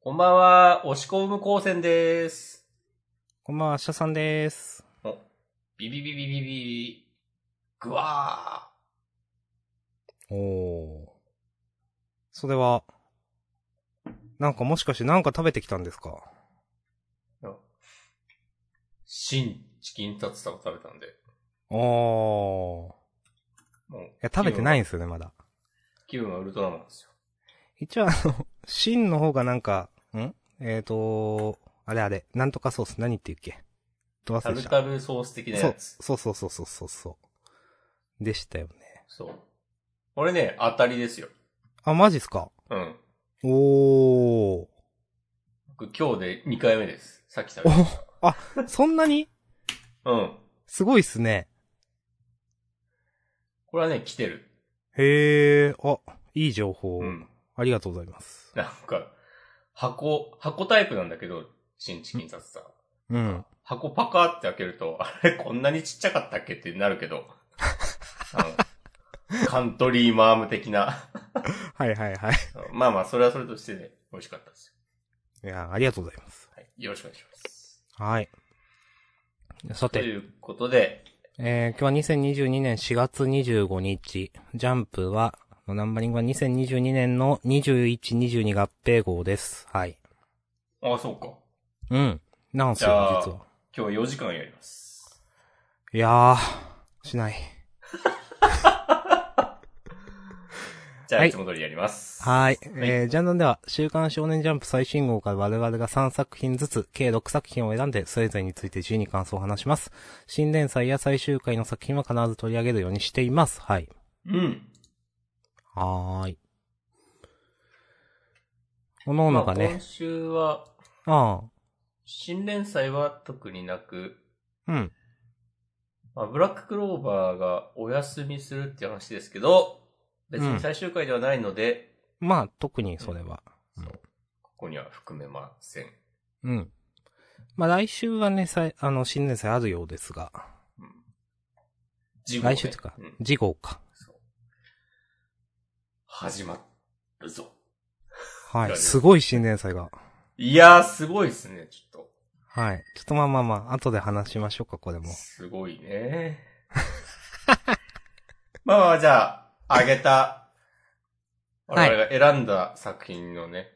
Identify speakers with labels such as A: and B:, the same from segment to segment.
A: こんばんは、押し込む高専でーす。
B: こんばんは、しゃさんです。
A: お、ビビビビビビ、ぐわ
B: おお。それは、なんかもしかしてなんか食べてきたんですか
A: ー。新チキンタツタを食べたんで。
B: おお。
A: もうい
B: いや、食べてない
A: い
B: んですよね、まだ。
A: 気分はウルトラマンですよ。
B: 一応あの、芯の方がなんか、んえっ、ー、と、あれあれ、なんとかソース、何って言うっけどう忘
A: タ
B: れ
A: ル
B: した
A: タルソース的な
B: そ
A: や
B: う
A: つ。
B: そうそうそうそうそうそう。でしたよね。
A: そう。これね、当たりですよ。
B: あ、マジっすか
A: うん。
B: おお。
A: 僕今日で2回目です。さっき食べました。
B: そんなに
A: うん。
B: すごいっすね。
A: これはね、来てる。
B: へえ、あ、いい情報、
A: うん。
B: ありがとうございます。
A: なんか、箱、箱タイプなんだけど、新チキンタツタ。
B: うん。
A: 箱パカって開けると、あれこんなにちっちゃかったっけってなるけど、あのカントリーマーム的な。
B: はいはいはい。
A: まあまあ、それはそれとしてね、美味しかったです
B: いや、ありがとうございます。
A: よ。はい。よろしくお願いします。
B: はい。
A: と
B: さて、
A: いうことで、
B: えー、今日は2022年4月25日、ジャンプは、のナンバリングは2022年の21、22合併号です。はい。
A: ああ、そうか。
B: うん。なんすよ
A: じゃ、あ
B: 実は。
A: 今日は4時間やります。
B: いやー、しない。
A: じゃあ、
B: はい
A: いつも通りやります。
B: はい。えー、ジャンダンでは、週刊少年ジャンプ最新号から我々が3作品ずつ、計6作品を選んで、それぞれについて自由に感想を話します。新連載や最終回の作品は必ず取り上げるようにしています。はい。
A: うん。
B: はーい。おのおのが
A: まあ今
B: ね、
A: 週は、
B: あ
A: 新連載は特になく、
B: あ、うん。
A: まあ、ブラッククローバーがお休みするって話ですけど、別に最終回ではないので、
B: まあ、特にそれは。うん
A: そうここには含めません。
B: うん。まあ、来週はね、さいあの、新連載あるようですが、
A: 事後ね
B: 来週というか
A: うん、
B: 次号か。
A: そう始まるぞ。
B: は
A: だ
B: い。
A: ね
B: すごい新連載が。
A: いやー、すごいですね、ちょっ
B: はい。ちょっとまあまあまあ、後で話しましょうか、これ
A: と。
B: も。
A: すごいね。 まあまあ、じゃあ、あげた、
B: は
A: 我
B: い
A: 々が選んだ作品のね、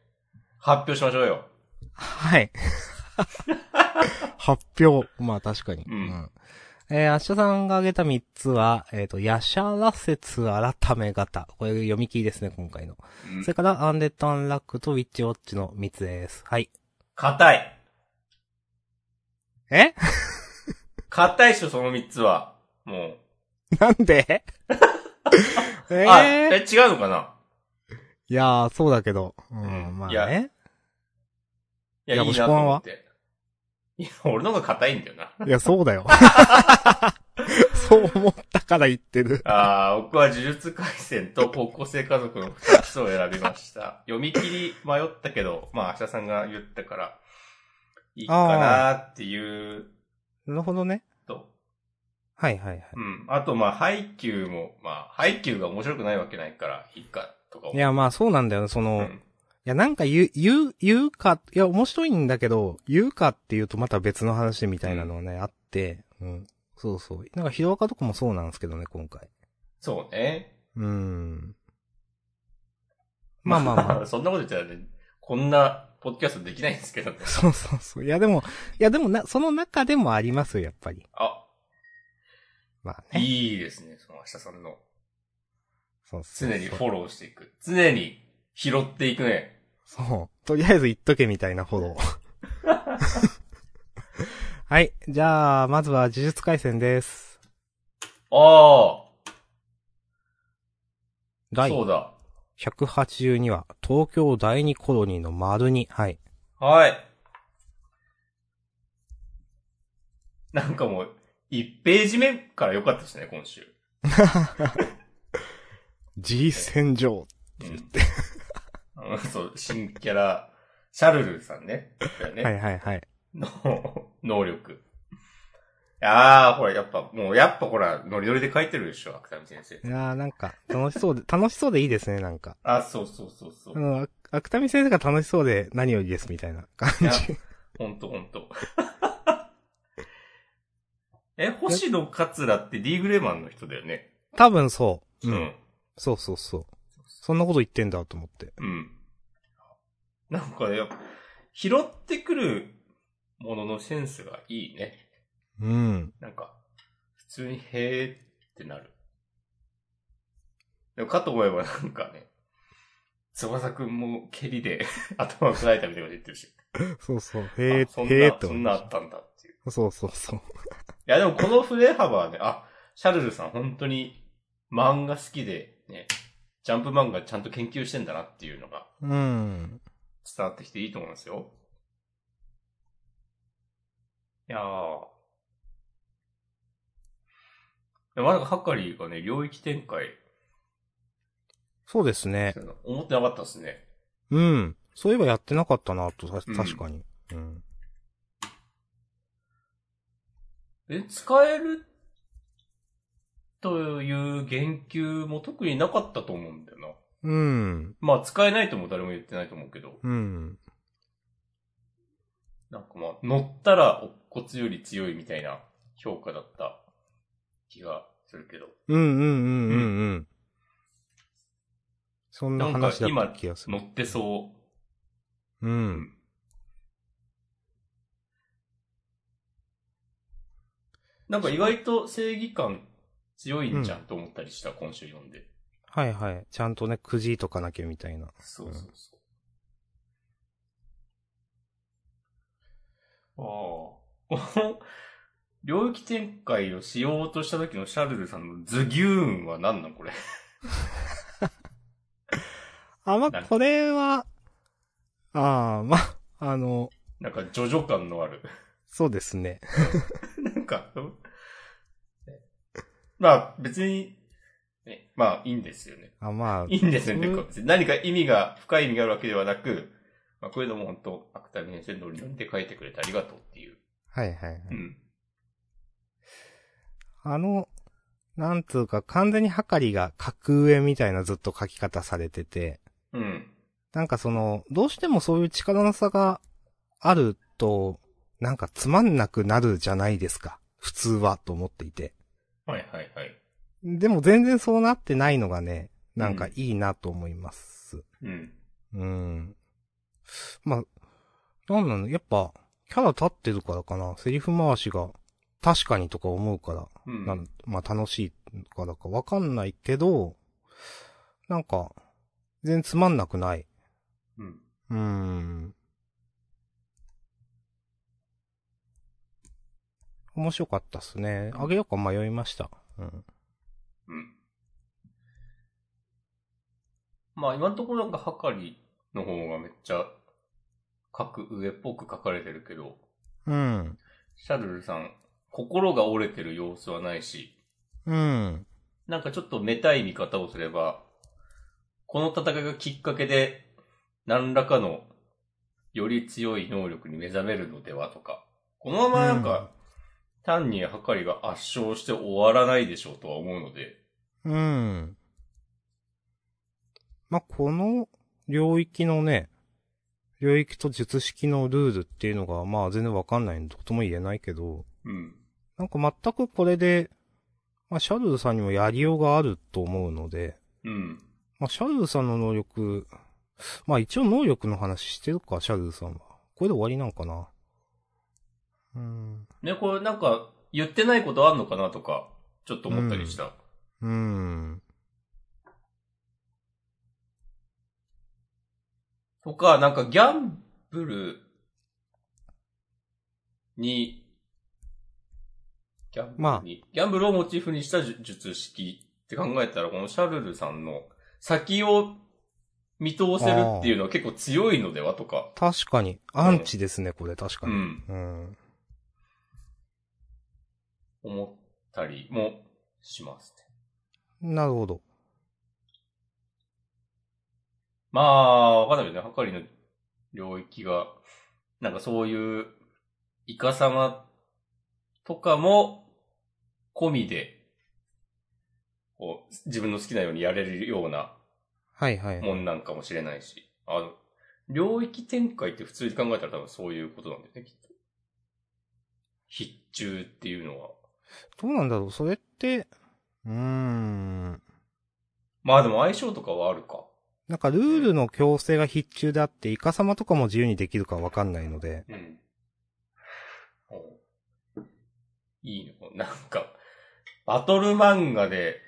A: 発表しましょうよ。
B: はい。発表。まあ確かに。
A: うん
B: えー、明日さんが挙げた3つは、えっ、と、ヤシャラ説改め型。これ読み切りですね、今回の。
A: うん
B: それから、アンデッド・アンラックとウィッチ・ウォッチの3つです。はい。
A: 硬い。
B: え
A: 硬いっしょ、その3つは。もう。
B: なん でえ
A: あ、
B: ー、
A: え、違うのかない
B: やー、そうだけど。う
A: うん
B: ん、まあ
A: いや
B: ね。
A: い
B: いや
A: いいなと思って。いや、俺の方が硬いんだよな。
B: いや、そう だよ。そう思ったから言ってる。
A: ああ、僕は呪術回戦と高校生家族の二つを選びま した。読み切り迷ったけど、まあ、明日さんが言ったから、いいかなーっていう
B: なるほどね。
A: と。
B: はいはいはい。
A: うん。あと、まあ、ハイキューも、まあ、ハイキューが面白くないわけないから、いいか、とか思う
B: い、や、まあそうなんだよね、その、
A: うん。
B: いや、なんか言う、言う、言うか、いや、面白いんだけど、言うかっていうとまた別の話みたいなのはね、あって、うん。そうそう。なんか、ヒロアカとかもそうなんですけどね、今回。
A: そうね。
B: うーん。まあまあま あ。
A: そんなこと言ったらね、こんな、ポッドキャストできないんですけどね。
B: そうそうそう。いや、でも、いや、でもな、その中でもありますよ、やっぱり。
A: あ、
B: まあね。
A: いいですね、その明日さんの。
B: そうそう
A: 常に
B: そう。
A: フォローしていく。常に拾っていくね。
B: そう。とりあえず言っとけみたいなフォ ロー。はい。じゃあ、まずは、呪術回戦です。
A: ああ、
B: 第
A: そうだ。
B: 182話、東京第二コロニーの丸に、はい。
A: はい。なんかもう、1ページ目から良かったですね、今週。
B: G 戦場。
A: うん。あのそう、新キャラ、シャルルさんね。だよね。
B: はいはいはい。
A: の、能力。ああ、ほら、やっぱ、もう、やっぱほら、ノリノリで書いてるでしょ、芥見先生
B: い。やーなんか、楽しそうで、楽しそうでいいですね、なんか。
A: あ、そうそうそうそうう。
B: ん、あ芥見先生が楽しそうで何よりですみたいな感
A: いや
B: じ。
A: ほんとほんと。 え、星野桂って D グレーマンの人だよね。
B: 多分そう。
A: う
B: うん。
A: ん。
B: そうそうそう。そんなこと言ってんだと思って。
A: うん。なんかね、拾ってくるもののセンスがいいね。
B: うん。
A: なんか、普通にへーってなる。でもかと思えばなんかね、翼くんも蹴りで 頭を砕いたみたいなこと言ってるし。
B: そうそう。
A: あ
B: へえ、
A: そん
B: へえ
A: な
B: っ、て
A: そ
B: 思
A: ん
B: い
A: なあ
B: まし
A: ったんだっていう。
B: た。そうそうそう。
A: いやでもこの触れ幅はね、あ、シャルルさん本当に漫画好きで、ね、ジャンプ漫画ちゃんと研究してんだなっていうのが
B: うん。
A: 伝わってきていいと思いますよ。いやー。でもまだハカリーがね、領域展開、
B: そうですね。
A: 思ってなかったですね。
B: うん。そういえばやってなかったな、と、た
A: うん
B: 確かに。うん。
A: え、使えるという言及も特になかったと思うんだよな。
B: うん。
A: まあ、使えないとも誰も言ってないと思うけど、
B: うん。
A: なんかまあ、乗ったら乙骨より強いみたいな評価だった気がするけど、
B: うんうんうんうんうん。そんな
A: なんか
B: 話だった気がす
A: 乗
B: る。
A: ってそう。
B: うん。
A: なんか意外と正義感強いんじゃんと思ったりした、今週読んで。
B: はいはい。ちゃんとね、くじいとかなきゃみたいな。
A: そうそうそう。ああ。 この、領域展開をしようとした時のシャルルさんのズギューンは何なんこれ。
B: あ、ま
A: な
B: あ、
A: る
B: これは、ああ、まあ、あの、
A: なんか、ジョジョ感のある。
B: そうですね。
A: なんか、 ねまあ、別に、ね、まあ、いいんですよね。
B: あ、まあ、
A: いいんですよね。
B: うん
A: てか別に何か意味が、深い意味があるわけではなく、まあ、こういうのも本当、芥見先生の理論で書いてくれてありがとうっていう。
B: はいはいはい。
A: うん。
B: あの、なんつうか、完全にはかりが格上みたいなずっと書き方されてて、
A: うん。
B: なんかその、どうしてもそういう力の差があると、なんかつまんなくなるじゃないですか。普通は、と思っていて。
A: はいはいはい。
B: でも全然そうなってないのがね、なんかいいなと思います。
A: うん。
B: うん。まあ、なんなのやっぱ、キャラ立ってるからかな。セリフ回しが、確かにとか思うから、
A: うん。
B: なんまあ楽しいからかわかんないけど、なんか、全然つまんなくない。
A: うん。
B: うん。面白かったっすね。あげようか迷いました。うん。
A: うん。まあ今のところなんか、はかりの方がめっちゃ、格上っぽく書かれてるけど、
B: うん。
A: シャルルさん、心が折れてる様子はないし、
B: うん。
A: なんかちょっとめたい見方をすれば、この戦いがきっかけで、何らかの、より強い能力に目覚めるのではとか、このままなん
B: うん
A: か、単にはかりが圧勝して終わらないでしょうとは思うので、
B: うん。まあ、この領域のね、領域と術式のルールっていうのが、まあ全然わかんないんで、とも言えないけど、
A: うん。
B: なんか全くこれで、まあシャルルさんにもやりようがあると思うので、
A: うん。
B: まあシャルルさんの能力、まあ一応能力の話してるか、シャルルさんは。これで終わりなんかな。うん。
A: ね、これなんか、言ってないことあんのかなとか、ちょっと思ったりした。
B: うん。
A: とか、なんかギャンブルに、ギャンブルに、
B: まあ
A: ギャンブルをモチーフにした術術式って考えたら、このシャルルさんの先を見通せるっていうのは結構強いのではとか。
B: 確かに、アンチですね、これ、確か
A: う
B: に。
A: ん。
B: うん。
A: 思ったりもしますね。
B: なるほど。
A: まあ、わかんないよね。はかりの領域が、なんかそういう、イカ様とかも、込みで、こう、自分の好きなようにやれるような
B: はいはい。
A: もんなんかもしれないし。あの、領域展開って普通に考えたら多分そういうことなんだよね、きっと。必中っていうのは。
B: どうなんだろうそれって、うーん。
A: まあでも相性とかはあるか。
B: なんかルールの強制が必中であって、イカ様とかも自由にできるかわかんないので。
A: うん。おいいのなんか、バトル漫画で、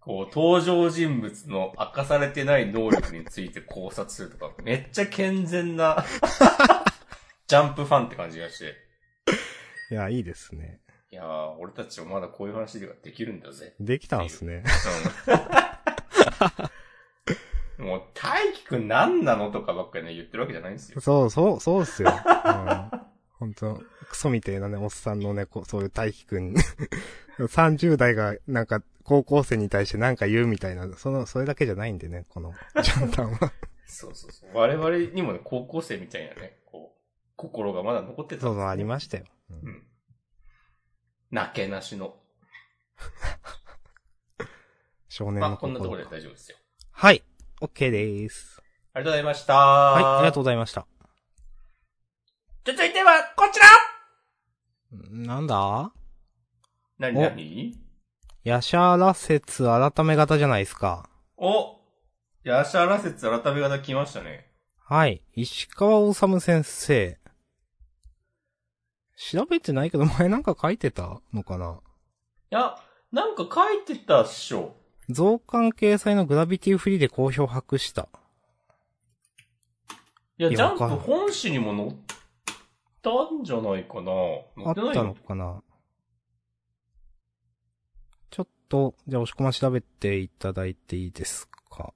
A: こう、登場人物の明かされてない能力について考察するとか、めっちゃ健全な、ジャンプファンって感じがして。
B: いや、いいですね。
A: いやー、俺たちもまだこういう話ができるんだ ぜ。
B: できたんですね。
A: うんもう、大輝くん何なのとかばっかりね、言ってるわけじゃないんですよ。
B: そう、そう、そうっす よ。うん、本当クソみてえなね、おっさんのね、こうそういう大輝 くん。30代が、なんか、高校生に対してなんか言うみたいな、その、それだけじゃないんでね、この、ジャンタンは。
A: そうそうそう。我々にもね、高校生みたいなね、こう、心がまだ残ってた。
B: そうそう、ありましたよ。
A: うん。なけなしの。
B: 少年
A: まあ、
B: の
A: こんなところ
B: 心
A: で。大丈夫ですよ。
B: はい。OK です。
A: ありがとうございました。
B: はい、ありがと
A: う。
B: うございました。
A: 続いては、こちら
B: なんだ
A: 何
B: お
A: 何
B: ヤシャラ説改め型じゃないですか。
A: おヤシャラ説改め方来ましたね。
B: はい。石川治先生。調べてないけど、前なんか書いてたのかない
A: や、なんか書いてたっしょ。
B: 増刊掲載のグラビティフリーで好評博した。
A: いや、
B: いや
A: ジャンプ
B: わかんない
A: 本誌にも載ったんじゃないかな。
B: あ
A: 載っ
B: っ
A: てない
B: たのかなちょっと、じゃあ、押し込ま調べていただいていいですか。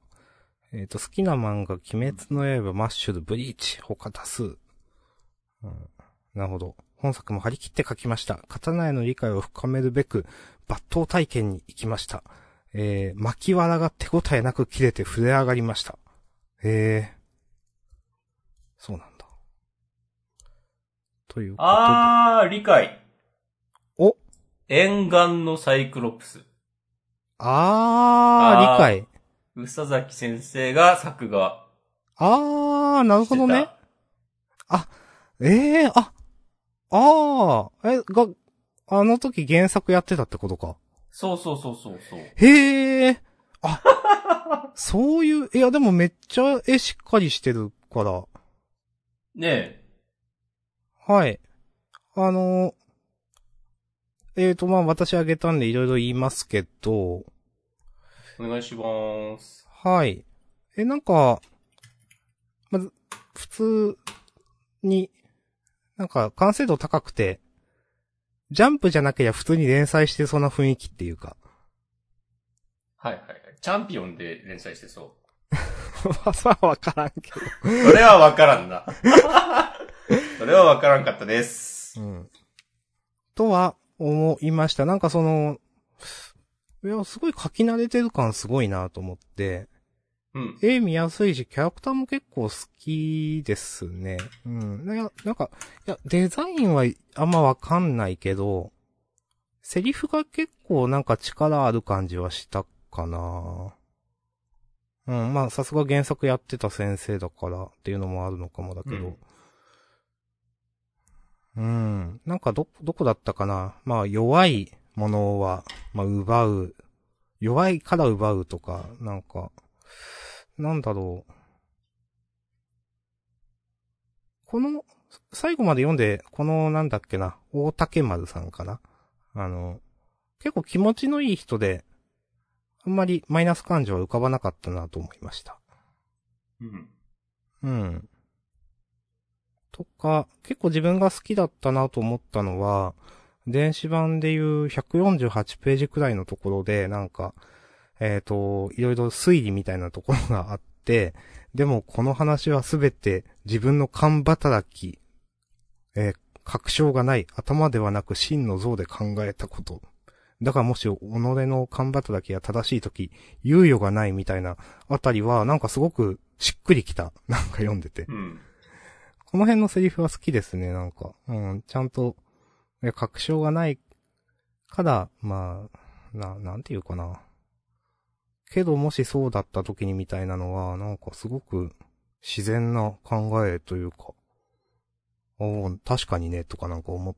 B: えっ、と、好きな漫画、鬼滅の刃、マッシュル、ブリーチ、他多数。うん、なるほど。本作も張り切って書きました。刀への理解を深めるべく、抜刀体験に行きました。えー、巻き藁が手応えなく切れて触れ上がりました。えー、そうなんだ。ということで。
A: あー、理解。
B: お
A: 沿岸のサイクロプス。
B: あー、
A: あー
B: 理解。
A: 宇佐崎先生が作画
B: あー、なる
A: して
B: ほ
A: た。
B: どね。ええー、あ、あー、え、が、あの時原作やってたってことか。
A: そうそうそうそうそう。
B: へえ、あ、 そういう、いやでもめっちゃ絵しっかりしてるから。
A: ねえ。
B: はい。あのー、えーと、まあ、私あげたんでいろいろ言いますけど、
A: お願いします。
B: はい。え、なんか、まず、普通に、なんか完成度高くて、ジャンプじゃなければ普通に連載してそうな雰囲気っていうか。
A: はいはいはい。チャンピオンで連載してそ
B: まあ、さあわからんけ
A: う。それはわからんな。 それはわからんかったです
B: ど。。うん。とは思いました。なんかその、いや、すごい書き慣れてる感すごいなと思って、
A: うん。
B: 絵見やすいし、キャラクターも結構好きですね。うん。ななんか、いや、デザインはあんまわかんないけど、セリフが結構なんか力ある感じはしたかなうん、まあさすが原作やってた先生だからっていうのもあるのかもだけど。うん、なんかど、どこだったかなまあ弱いものは、まあ奪う。弱いから奪うとか、なんか、なんだろう。この、最後まで読んで、このなんだっけな、大竹丸さんかなあの、結構気持ちのいい人で、あんまりマイナス感情は浮かばなかったなと思いました。
A: うん。
B: うん。とか、結構自分が好きだったなと思ったのは、電子版でいう148ページくらいのところで、なんか、えっ、と、いろいろ推理みたいなところがあって、でもこの話はすべて自分の勘働き、えー確証がない、頭ではなく真の像で考えたこと。だからもし己の勘働きが正しいとき、猶予がないみたいなあたりは、なんかすごくしっくりきた。なんか読んでて。
A: うん。
B: この辺のセリフは好きですね、なんか。うん、ちゃんと、いや確証がないから、まあ、な、なんていうかな。けどもしそうだった時にみたいなのは、なんかすごく、自然な考えというか、おー確かにね、とかなんか思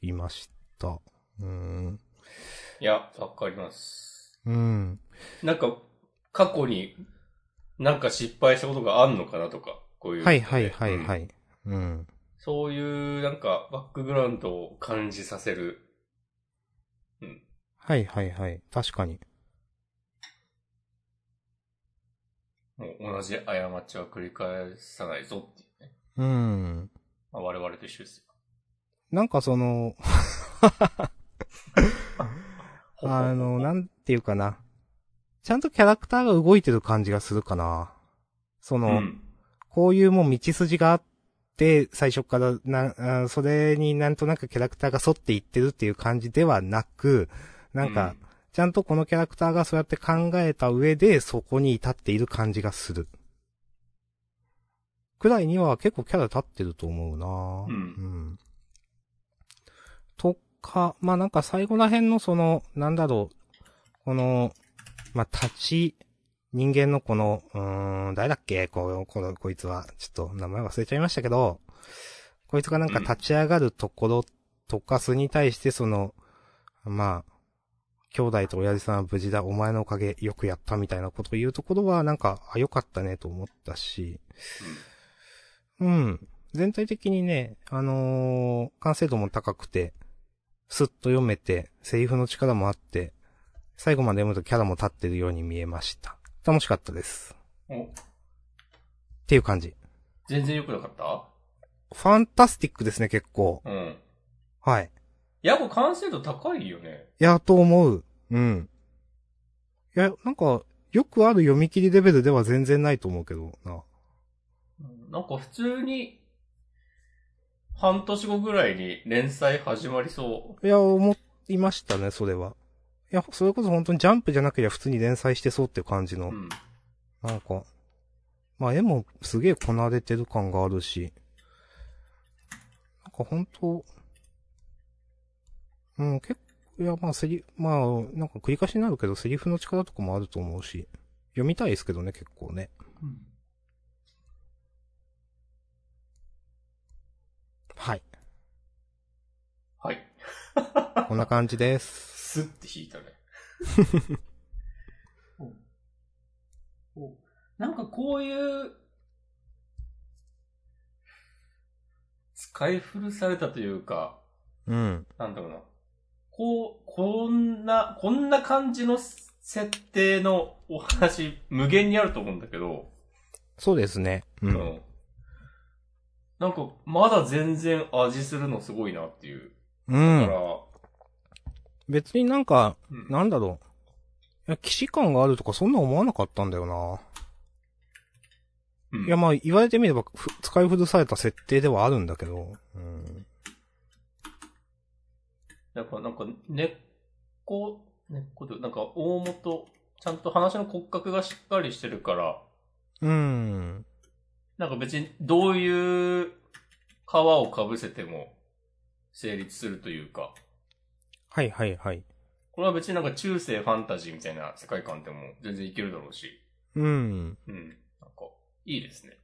B: いました。うーん。
A: いや、わかります。
B: うん。
A: なんか、過去になんか失敗したことがあんのかなとか、こういう。。
B: はいはいはいはいい。うん。
A: そういうなんかバックグラウンドを感じさせる。
B: はいはいはい。確かに。
A: もう同じ過ちは繰り返さないぞっていうね。
B: うん。
A: まあ、我々と一緒ですよ。
B: なんかその、
A: ほぼ
B: あの、なんていうかな。ちゃんとキャラクターが動いてる感じがするかな。その、
A: うん。
B: こういうもう道筋があって、最初からな、あそれになんとなくキャラクターが沿っていってるっていう感じではなく、なんか、ちゃんとこのキャラクターがそうやって考えた上で、そこに至っている感じがする。くらいには結構キャラ立ってると思うな
A: うん
B: うん。とか、まあなんか最後ら辺のその、なんだろう、この、まあ立ち、人間のこの、うーん、誰だっけここの、こいつは、ちょっと名前忘れちゃいましたけど、こいつがなんか立ち上がるところとか、それに対してその、まあ、兄弟と親父さんは無事だ、お前のおかげ、よくやったみたいなことを言うところは、なんか、あ、よかったねと思ったし、うん。全体的にね、あのー完成度も高くて、スッと読めて、セリフの力もあって、最後まで読むとキャラも立ってるように見えました。楽しかったです。
A: うんお
B: っていう感じ。
A: 全然良くなかった
B: ファンタスティックですね、結構。
A: うん。
B: はい。
A: やっぱ完成度高いよね。
B: いや、と思う。うん。いや、なんか、よくある読み切りレベルでは全然ないと思うけどな。
A: うんなんか普通に、半年後ぐらいに連載始まりそ
B: いや、思いましたね、それは。いや、それこそ本当にジャンプじゃなければ普通に連載してそうっていう感じ
A: う。
B: の
A: う、ん。
B: なんか、まあ絵もすげえこなれてる感があるし、なんか本当、うん、結構、いや、まあセリ、まあ、なんか繰り返しになるけど、セリフの力とかもあると思うし、読みたいですけどね、結構ね。はい。
A: はい。
B: こんな感じです。
A: スッて引い たね。おなんかこういう、使い古されたというか、
B: うん。
A: なんだろうな。こう、こんな、こんな感じの設定のお話、無限にあると思うんだけど、
B: そうですね。う。
A: うんん。なんか、まだ全然味するのすごいなっていう。
B: う
A: だか
B: ん。
A: ら、
B: 別になんか、
A: うん
B: なんだろう。いや、騎士感があるとかそんな思わなかったんだよな。
A: うん
B: いや、まあ、言われてみれば、ふ使い古された設定ではあるんだけど。うん。
A: なんか、なんか、根っこ、根っこと、なんか、大元、ちゃんと話の骨格がしっかりしてるから、
B: うん。
A: なんか別にどういう皮を被せても成立するというか、
B: はいはいはい。
A: これは別になんか中世ファンタジーみたいな世界観でも全然いけるだろうし、
B: うん。
A: うん。なんか、いいですね。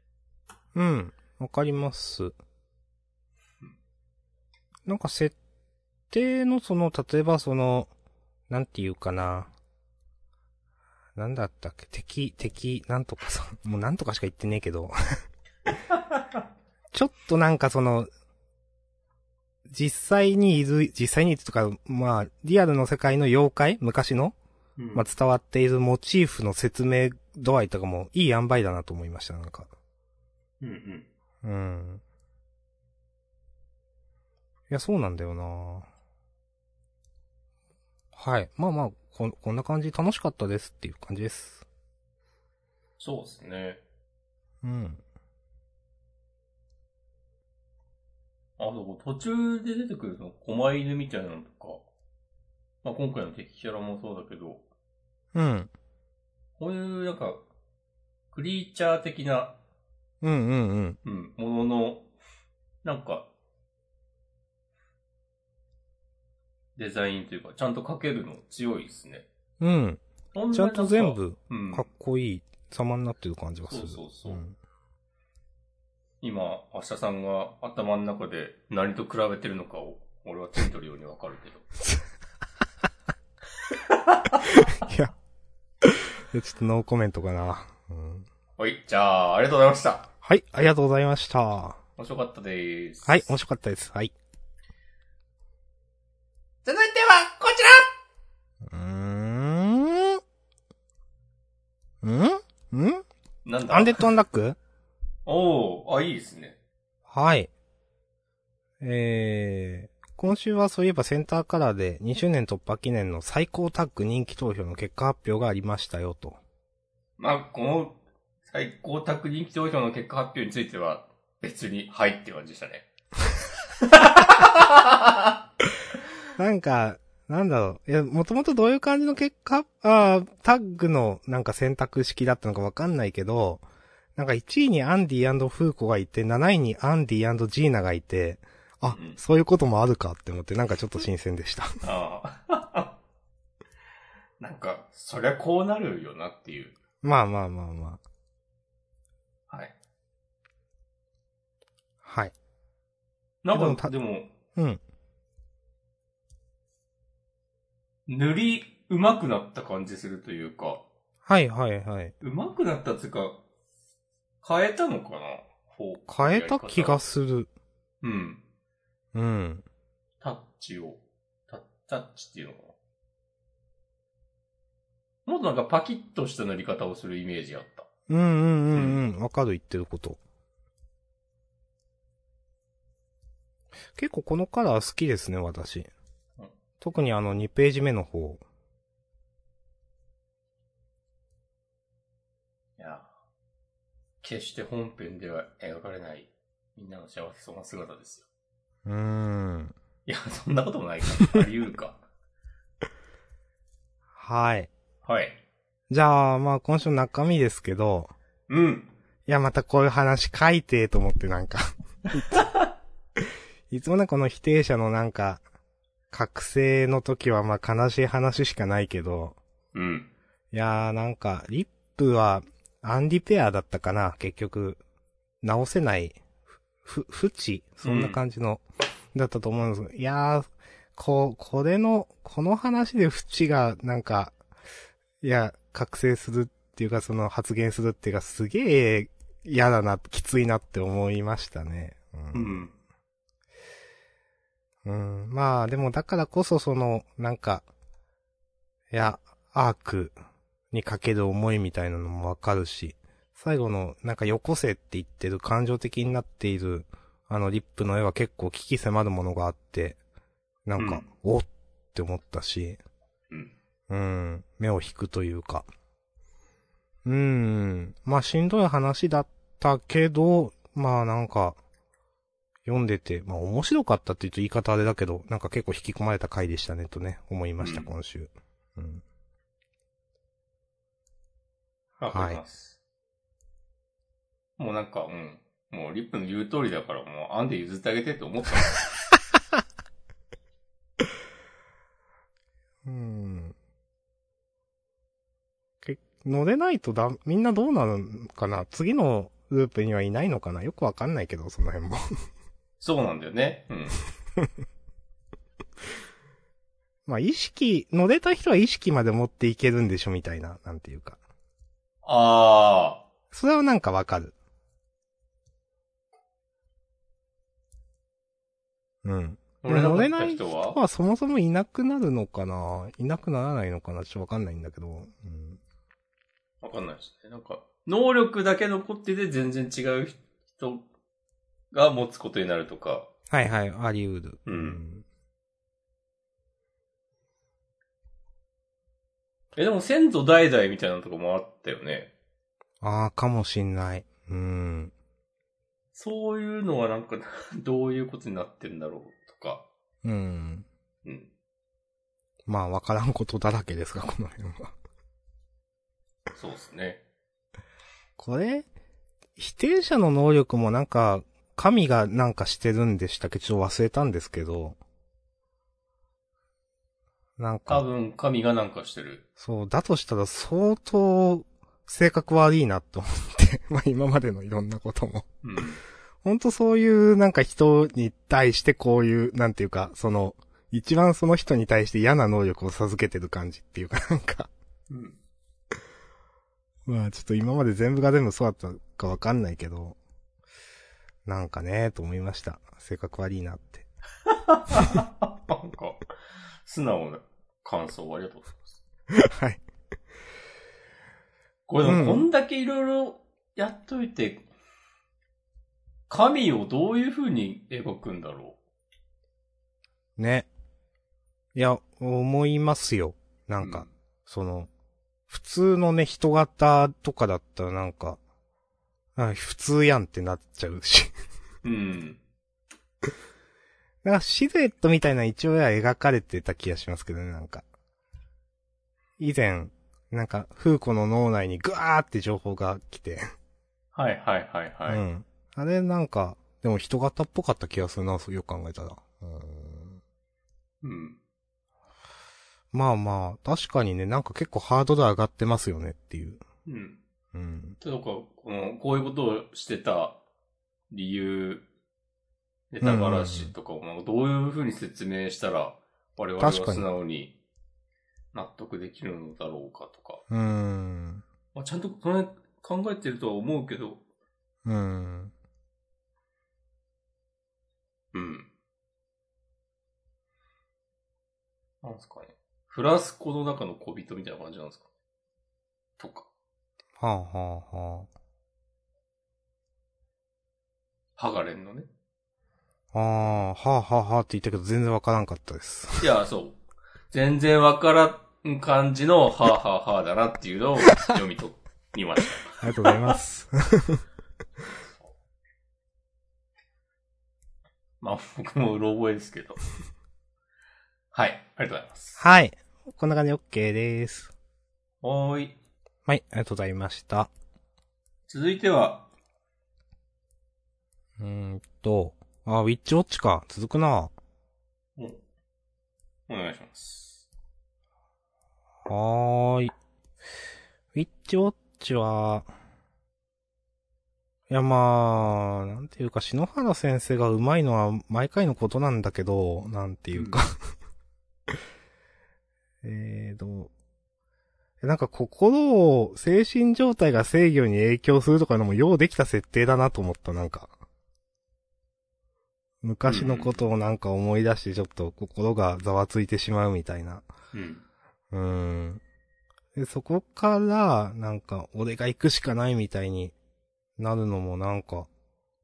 B: うん。わかります。なんか設定のその、例えばその、なんていうかな。なんだったっけ敵、敵、なんとかさん。 もうなんとかしか言ってねえけど。 ちょっとなんかその、実際にいる、実際にいるとか、まあ、リアルの世界の妖怪昔の、
A: うん
B: まあ、伝わっているモチーフの説明度合いとかもいい塩梅だなと思いました、なんか。
A: うんうん。
B: うん。いや、そうなんだよなはい。まあまあ、こん、こんな感じ楽しかったですっていう感じです。
A: そうですね。
B: うん。
A: あと、途中で出てくるその、狛犬みたいなのとか、まあ今回の敵キャラもそうだけど、
B: うん。
A: こういうなんか、クリーチャー的な、
B: うんうんうん。
A: うん、ものの、なんか、デザインというか、ちゃんと描けるの強いですね。
B: うん。
A: そな
B: ちゃんと全部、
A: なんか、
B: かっこいい様になってる感じがす
A: そ
B: る。
A: うそうそう
B: うん
A: 今、明日さんが頭の中で何と比べてるのかを、俺は手に取るようにわかるけど。
B: いや。いやちょっとノーコメントかな。うん
A: はい、じゃあ、ありがとうございました。
B: はい、ありがとうございました。は
A: 面白かったです。
B: い、面
A: 続いて
B: 白かったです。はい。
A: は、こちら
B: うーん。うんん
A: なんだ
B: アンデッドアンラック
A: おー、あ、いいですね。
B: はい。えー、今週はそういえばセンターカラーで2周年突破記念の最高タッグ人気投票の結果発表がありましたよと。
A: まあ、この最高卓人気投票の結果発表については、別に、はいって感じでしたね。
B: なんか、なんだろう。いや、もともとどういう感じの結果あータッグのなんか選択式だったのかわかんないけど、なんか1位にアンディフーコがいて、7位にアンディジーナがいて、あ、
A: うん
B: そういうこともあるかって思って、なんかちょっと新鮮でした。
A: ああ。 なんか、そりゃこうなるよなっていう。
B: まあまあまあまあ。
A: はい。
B: はい。
A: な
B: でも
A: ん
B: た
A: か、でも、
B: うん。
A: 塗り上手くなった感じするというか、
B: はいはいはい。
A: 上手くなったっていうか、変えたのかな方向
B: 変えた気がする。
A: うん。
B: うん。
A: タッチを、タッタッチっていうのかなもっとなんかパキッとした塗り方をするイメージあった。
B: うんうんうんうん。わかる言ってること。結構このカラー好きですね、私
A: うん。
B: 特にあの2ページ目の方。
A: いや、決して本編では描かれない、みんなの幸せそうな姿ですよ。
B: うーん。
A: いや、そんなこともないか。あり得るか。
B: はい。
A: はい。
B: じゃあ、まあ今週の中身ですけど、
A: うん。
B: いや、またこういう話書いてと思ってなん か。いつもね、この否定者のなんか、覚醒の時はまあ悲しい話しかないけど、
A: うん。
B: いやーなんか、リップは、アンリペアだったかな、結局。直せない、ふ、ふ、不知そんな感じの、だったと思うんですけど、いやー、こ、これの、この話で不知が、なんか、いや、覚醒するっていうか、その発言するっていうか、すげえ嫌だな、きついなって思いましたね。
A: う。ん。
B: うん、まあ、でもだからこそその、なんか、いや、アークにかける思いみたいなのもわかるし、最後の、なんかよこせって言ってる感情的になっている、あのリップの絵は結構危機迫るものがあって、なんか、おっって思ったし、
A: うん。
B: うん、目を引くというか。うん、まあしんどい話だったけど、まあなんか、読んでて、まあ面白かったって言うと言い方あれだけど、なんか結構引き込まれた回でしたねとね、思いました、
A: うん
B: 今週。うん。
A: わかります。もうなんか、うん。もうリップの言う通りだから、もうアンで譲ってあげてって思った。
B: うん。け乗れないとだ、みんなどうなるんかな次のループにはいないのかなよくわかんないけど、その辺も。
A: そうなんだよね。うん。
B: まあ意識、乗れた人は意識まで持っていけるんでしょ、みたいな、なんていうか。
A: あ
B: それはなんかわかる。うん。
A: ー。乗れな
B: 乗れ
A: かった
B: ない
A: 人
B: 人
A: は
B: はそもそもいなくなるのかないなくならないのかなちょっとわかんないんだけど。うん。
A: わかんないですね。なんか、能力だけ残ってて全然違う人が持つことになるとか。
B: はいはい、あり得る。
A: うんえ、でも先祖代々みたいなとこもあったよね。
B: ああ、かもしんない。うん。
A: そういうのはなんか、 どういうことになってんだろうとか。
B: うん。
A: うん。
B: まあ、わからんことだらけですが、この辺は。
A: そうですね。
B: これ、否定者の能力もなんか、神がなんかしてるんでしたっけちょっと忘れたんですけど。なん
A: 多
B: か、
A: 分、神がなんかしてる。
B: そう、だとしたら相 当、性格悪いなと思って。まあ、今までのいろんなことも。
A: うん。
B: ほんとそういう、なんか人に対してこういう、なんていうか、その、一番その人に対して嫌な能力を授けてる感じっていうか、なんか、
A: うん。
B: まあちょっと今まで全部が全部そうだったかわかんないけど、なんかね、と思いました。性格悪いなって。
A: なんか、素直な感想をありがとうございます。
B: はい。
A: これでも
B: うん
A: こんだけいろいろやっといて、神をどういう風に描くんだろ
B: ね。いや、思いますよ。な
A: う。
B: んか、その、普通のね、人型とかだったらなんか、あ普通やんってなっちゃうし。
A: うん。うん。
B: なんかシルエットみたいな一応は描かれてた気がしますけどね、なんか。以前、なんか、風子の脳内にグワーって情報が来て。
A: はいはいはいはい。
B: うん。あれなんか、でも人型っぽかった気がするな、そうよく考えたら。うん
A: うん。
B: まあまあ、確かにね、なんか結構ハードル上がってますよねっていう。
A: うん。
B: うん。
A: とか、この、こういうことをしてた理由、ネタバラシとかを、なんかどういう風に説明したら、我々は
B: 確かに
A: 素直に納得できるのだろうかとか。
B: うーん。
A: まあ、ちゃんとその辺考えてるとは思うけど、
B: うーん。
A: うん。なんですかね。フラスコの中の小人みたいな感じなんですかとか、
B: はあはあは
A: ハガレンのね。
B: あ。ああ、はあはあはあって言ったけど全然わからんかったです。
A: いや、そう。全然わからん感じの、はあ、はあはあだなっていうのを読み取りました。
B: ありがとうございます。
A: まあ、僕もうろ覚えですけど。 はい、ありがとうございます。
B: はい。こんな感じで OK です。
A: はーい。
B: はい、ありがとうございました。
A: 続いては、
B: うーんと、あ、ウィッチウォッチか。続くな。
A: おお願いします。
B: はーい。ウィッチウォッチは、いやまあ、なんていうか、篠原先生が上手いのは毎回のことなんだけど、なんていうか、 えーと、なんか心を、精神状態が制御に影響するとかいうのもようできた設定だなと思った、なんか。昔のことをなんか思い出してちょっと心がざわついてしまうみたいな。
A: うん。
B: うーん。で、そこから、なんか、俺が行くしかないみたいになるのもなんか、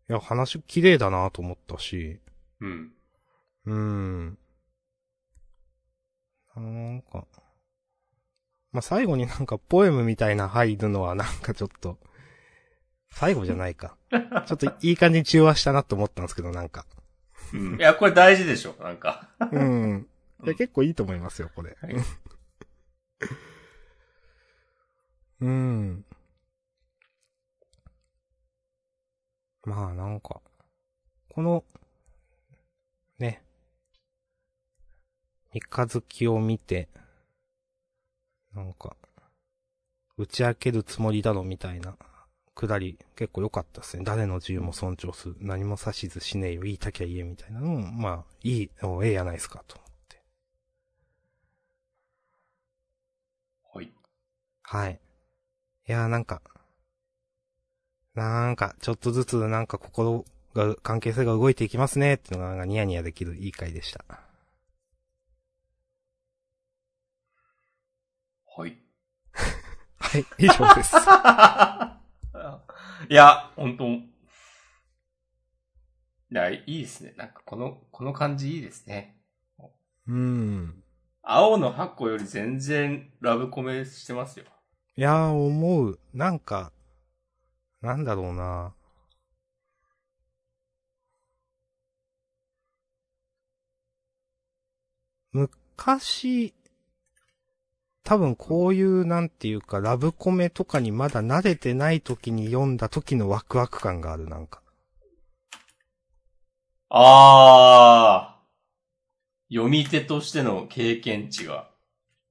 B: いや、話綺麗だなと思ったし、
A: うん。
B: うーん。なんか、まあ、最後になんかポエムみたいな入るのはなんかちょっと、最後じゃないか。ちょっといい感じに中和したなと思ったんですけど、なんか。
A: うん。いや、これ大事でしょ、なんか。
B: うん。いや、結構いいと思いますよ、これ。
A: はい
B: うん。まあ、なんか、この、ね、三日月を見て、なんか、打ち明けるつもりだろみたいな、くだり、結構良かったですね。誰の自由も尊重する。何も指図しねえよ。言いたきゃ言えみたいなのも、まあ、いい、おええやないですか、と。
A: はい。
B: はい。いやーなんか、なんか、ちょっとずつなんか心が、関係性が動いていきますねっていうのがなんかニヤニヤできるいい回でした。
A: はい。
B: はい、以上です。
A: いや、本当いや、いいですね。なんかこの、この感じいいですね。
B: うん。
A: 青の箱より全然ラブコメしてますよ。
B: いやー思う。なんか、なんだろうな昔、多分こういう、なんていうか、ラブコメとかにまだ慣れてない時に読んだ時のワクワク感がある、なんか。
A: あー。読み手としての経験値が、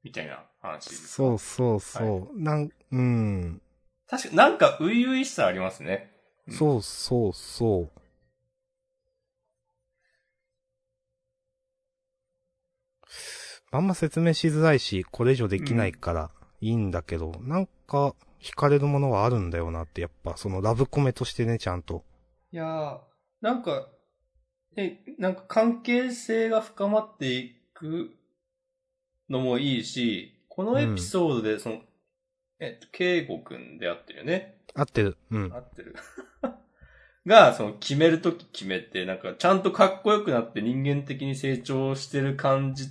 A: みたいな話です。
B: そうそうそう。なん、うん。
A: 確か、なんか、初々しさありますね。
B: そうそうそう。あんま説明しづらいし、これ以上できないからいいんだけど、なんか惹かれるものはあるんだよなって、やっぱそのラブコメとしてね、ちゃんと。
A: いやー、なんか、え、なんか関係性が深まっていくのもいいし、このエピソードで、その、えっと、慶吾くんであってるよね。
B: 合ってる。うん
A: 合。ってる。 が、その、決めるとき決めて、なんか、ちゃんとかっこよくなって人間的に成長してる感じ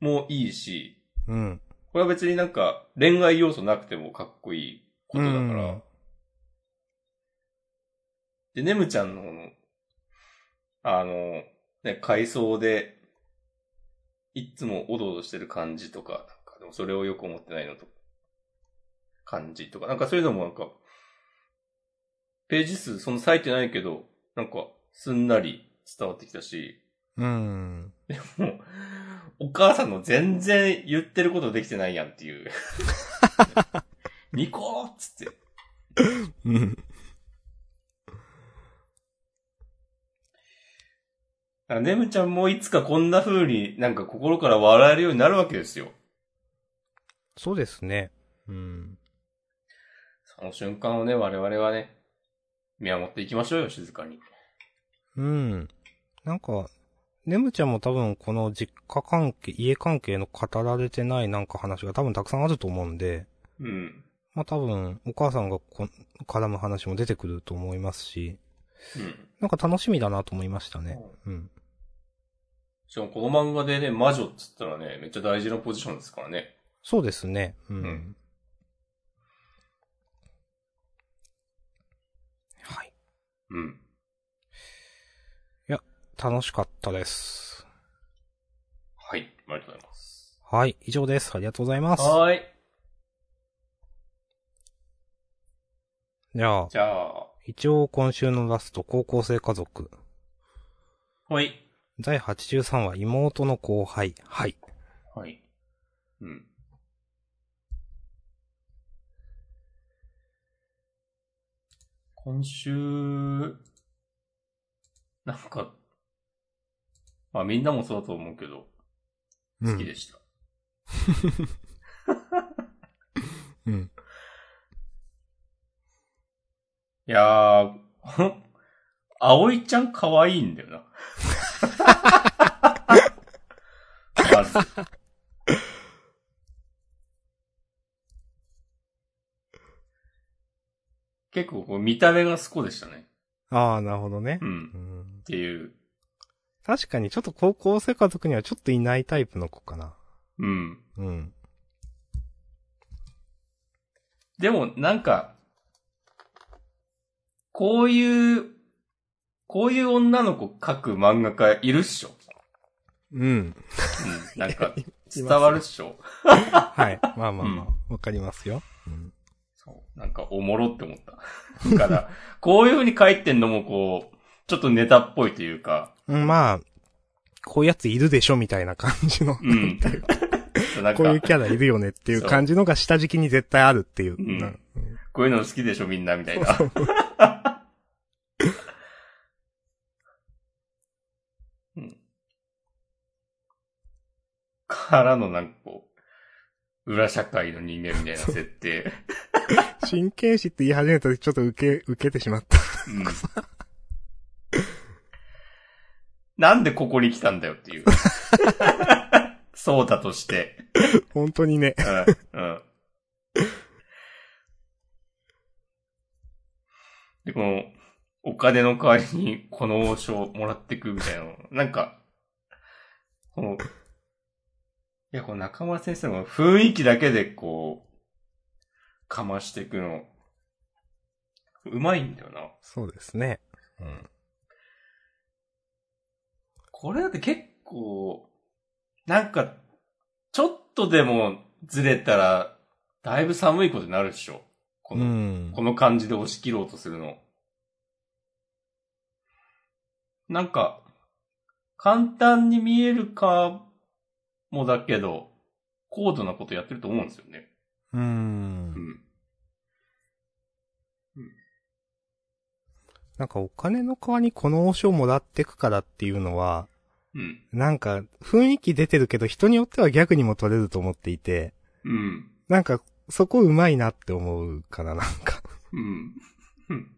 A: もいいし、
B: うん。
A: これは別になんか、恋愛要素なくてもかっこいいことだから。
B: うん
A: で、ネムちゃんの、あの、ね、回想で、いつもおどおどしてる感じとか、なんかでもそれをよく思ってないのと、感じとか、なんかそういうのもなんか、ページ数そんな割いてないけど、なんか、すんなり伝わってきたし、
B: うん。
A: もう、お母さんの全然言ってることできてないやんっていう。 ニコーっつって。
B: うん。
A: だからネムちゃんもいつかこんな風になんか心から笑えるようになるわけですよ。
B: そうですね。うん。
A: その瞬間をね、我々はね、見守っていきましょうよ、静かに。
B: うん。なんか、ネムちゃんも多分この実家関係、家関係の語られてないなんか話が多分たくさんあると思うんで、
A: うん。
B: まあ多分お母さんがこ絡む話も出てくると思いますし、
A: うん。
B: なんか楽しみだなと思いましたね。うん。
A: しかもこの漫画でね、魔女っつったらね、めっちゃ大事なポジションですからね。
B: そうですね。うん。
A: うん
B: はい。
A: うん。
B: 楽しかったです。
A: はい。ありがとうございます。
B: はい、以上です。ありがとうございます。
A: はーい。
B: じゃあ、
A: じゃあ、
B: 一応今週のラスト、高校生家族。
A: はい。
B: 第83話、妹の後輩。はい。
A: はい。うん。今週、なんか、まあみんなもそうだと思うけど、好きでした。
B: うん。うん。
A: いやー、 ほん葵ちゃん可愛いんだよな。 まず。結構こう見た目がスコでしたね。
B: ああ、なるほどね
A: う。ん。
B: う
A: っ
B: ん。
A: ていう。
B: 確かに、ちょっと高校生家族にはちょっといないタイプの子かな。
A: うん。
B: うん。
A: でもなんか、こういう、こういう女の子描く漫画家いるっしょ。
B: うん。
A: うん。なんか、伝わるっしょ。
B: はい。まあまあまあ、わ、かりますよ。うん。
A: そう。なんか、おもろって思った。だ から、こういう風に書いてんのもこう、ちょっとネタっぽいというか、
B: うんまあ、こういうやついるでしょみたいな感じの、
A: うん。なん
B: こういう
A: か、
B: キャラいるよねっていう感じのが下敷きに絶対あるっていう。
A: ん
B: な
A: こういうの好きでしょみんな、みたいな。うん。からのなんかこう、裏社会の人間みたいな設定。
B: 神経質って言い始めた時ちょっと受け、受けてしまった。
A: うん。なんでここに来たんだよっていう。そうだとして。
B: 本当にね。
A: うんうんで、この、お金の代わりにこの王将もらってくみたいなの。なんか、この、いや、この中村先生の雰囲気だけでこう、かましていくの、うまいんだよな。
B: そうですね。
A: これだって結構、なんか、ちょっとでもずれたら、だいぶ寒いことになるでしょ。この、
B: ん
A: この感じで押し切ろうとするの。なんか、簡単に見えるかもだけど、高度なことやってると思うんですよね。
B: う。
A: うんん。
B: なんかお金の代わりにこの王将もらってくからっていうのは、
A: うん。
B: なんか、雰囲気出てるけど、人によってはギャグにも取れると思っていて、
A: うん。
B: なんか、そこうまいなって思うから、なんか。
A: うん。うん。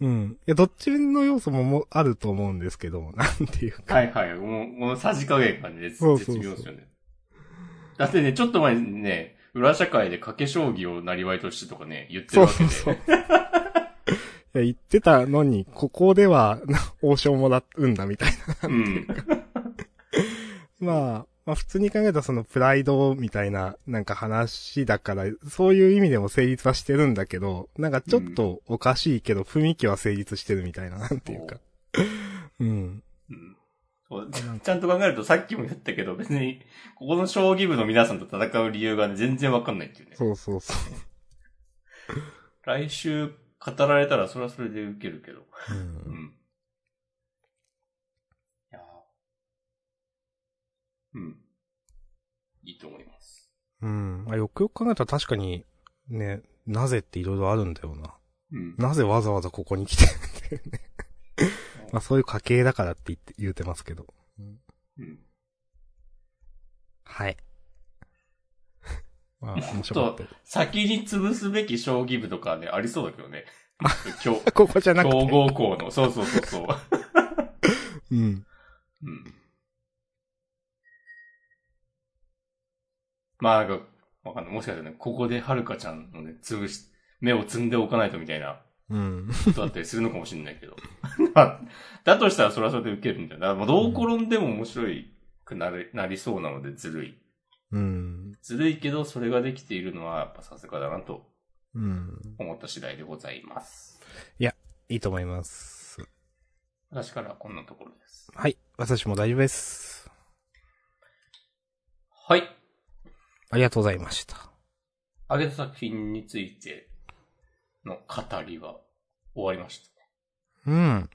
B: うん。いや、どっちの要素ももあると思うんですけど、 なんていうか。
A: はいはい。もう、このさじ加減がね、絶
B: そうそうそう
A: 絶妙ですよね。だってね、ちょっと前にね、裏社会で賭け将棋をなりわいとしてとかね、言ってる
B: そ
A: わ
B: う
A: け
B: そう
A: で。
B: そう。いや、言ってたのに、ここでは、な王将もらうんだみたい
A: うん。
B: な。 まあ、まあ普通に考えたらそのプライドみたいな、なんか話だから、そういう意味でも成立はしてるんだけど、なんかちょっとおかしいけど、雰囲気は成立してるみたいな、なんていうか。うん。
A: うんそうちゃんと考えるとさっきも言ったけど、別に、ここの将棋部の皆さんと戦う理由がね、全然わかんないっていうね。
B: そうそうそう。
A: 来週語られたらそれはそれで受けるけど。うん。いやーうん。いいと思います。
B: うん。まあよくよく考えたら確かに、ね、なぜっていろいろあるんだよな。
A: うん。
B: なぜわざわざここに来てるって いうね。まあそういう家系だからって言って、言うてますけど。
A: うん
B: はい。まあ、面白か
A: と
B: ったよ。
A: 先に潰すべき将棋部とかね、ありそうだけどね。強
B: ここじゃなく
A: 強
B: て。
A: 豪校の。そうそうそうそう。
B: うん。
A: うん。まあなんか、わかんない。もしかしたらね、ここではるかちゃんのね、潰し、目を摘んでおかないとみたいな
B: うん。
A: ことだったりするのかもしれないけど。 まあだとしたらそれはそれで受けるんだよな。まあ、どう転んでも面白いくなれ、なりそうなのでずるい。
B: うん。
A: ずるいけど、それができているのはやっぱさすがだなと
B: うん。
A: 思った次第でございます。
B: いいと思います。
A: 私からはこんなところです。
B: はい。私も大丈夫です。
A: はい。
B: ありがとうございました。
A: あげた作品についての語りは終わりました。
B: うん。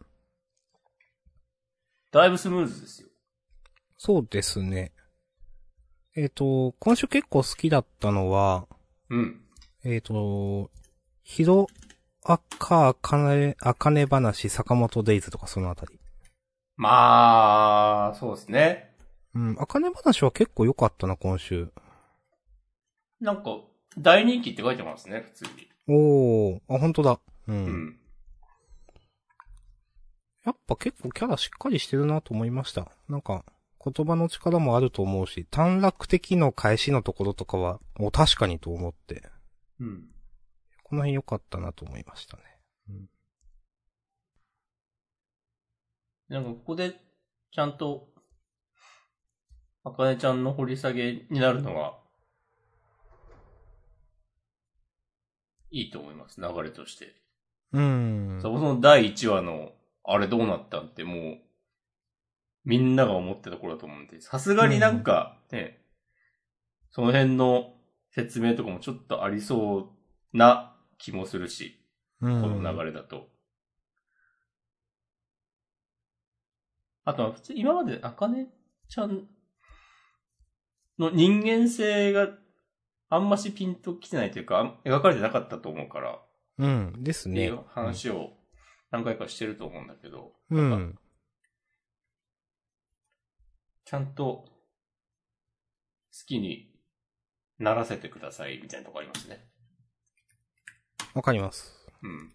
A: だいぶスムーズですよ。
B: そうですね。えっ、と、今週結構好きだったのは、
A: うん。
B: えっ、と、ヒロアカ、アカネ、アカネ話、坂本デイズとかそのあたり。
A: まあ、そうですね。
B: うん、アカネ話は結構良かったな、今週。
A: なんか、大人気って書いてますね、普通に。
B: おー、あ、本当だ。うん。
A: うん。
B: やっぱ結構キャラしっかりしてるなと思いました。なんか、言葉の力もあると思うし、短絡的の返しのところとかは、もう確かにと思って、
A: うん。
B: この辺良かったなと思いましたね。
A: なんか、ここで、ちゃんと、あかねちゃんの掘り下げになるのは、いいと思います、流れとして。
B: うん。
A: そもそも第1話の、あれどうなったんってもう、みんなが思ってた頃だと思うんで、さすがになんか、ね、その辺の説明とかもちょっとありそうな気もするし、
B: う
A: こ
B: ん。
A: の流れだと。あとは普通、今まで、あかねちゃんの人間性があんましピンときてないというか、あん描かれてなかったと思うから、
B: うん、です
A: ってい
B: ね
A: う。話を何回かしてると思うんだけど、
B: う
A: なんか
B: ん。
A: ちゃんと好きにならせてくださいみたいなとこありますね。
B: わかります。
A: うん。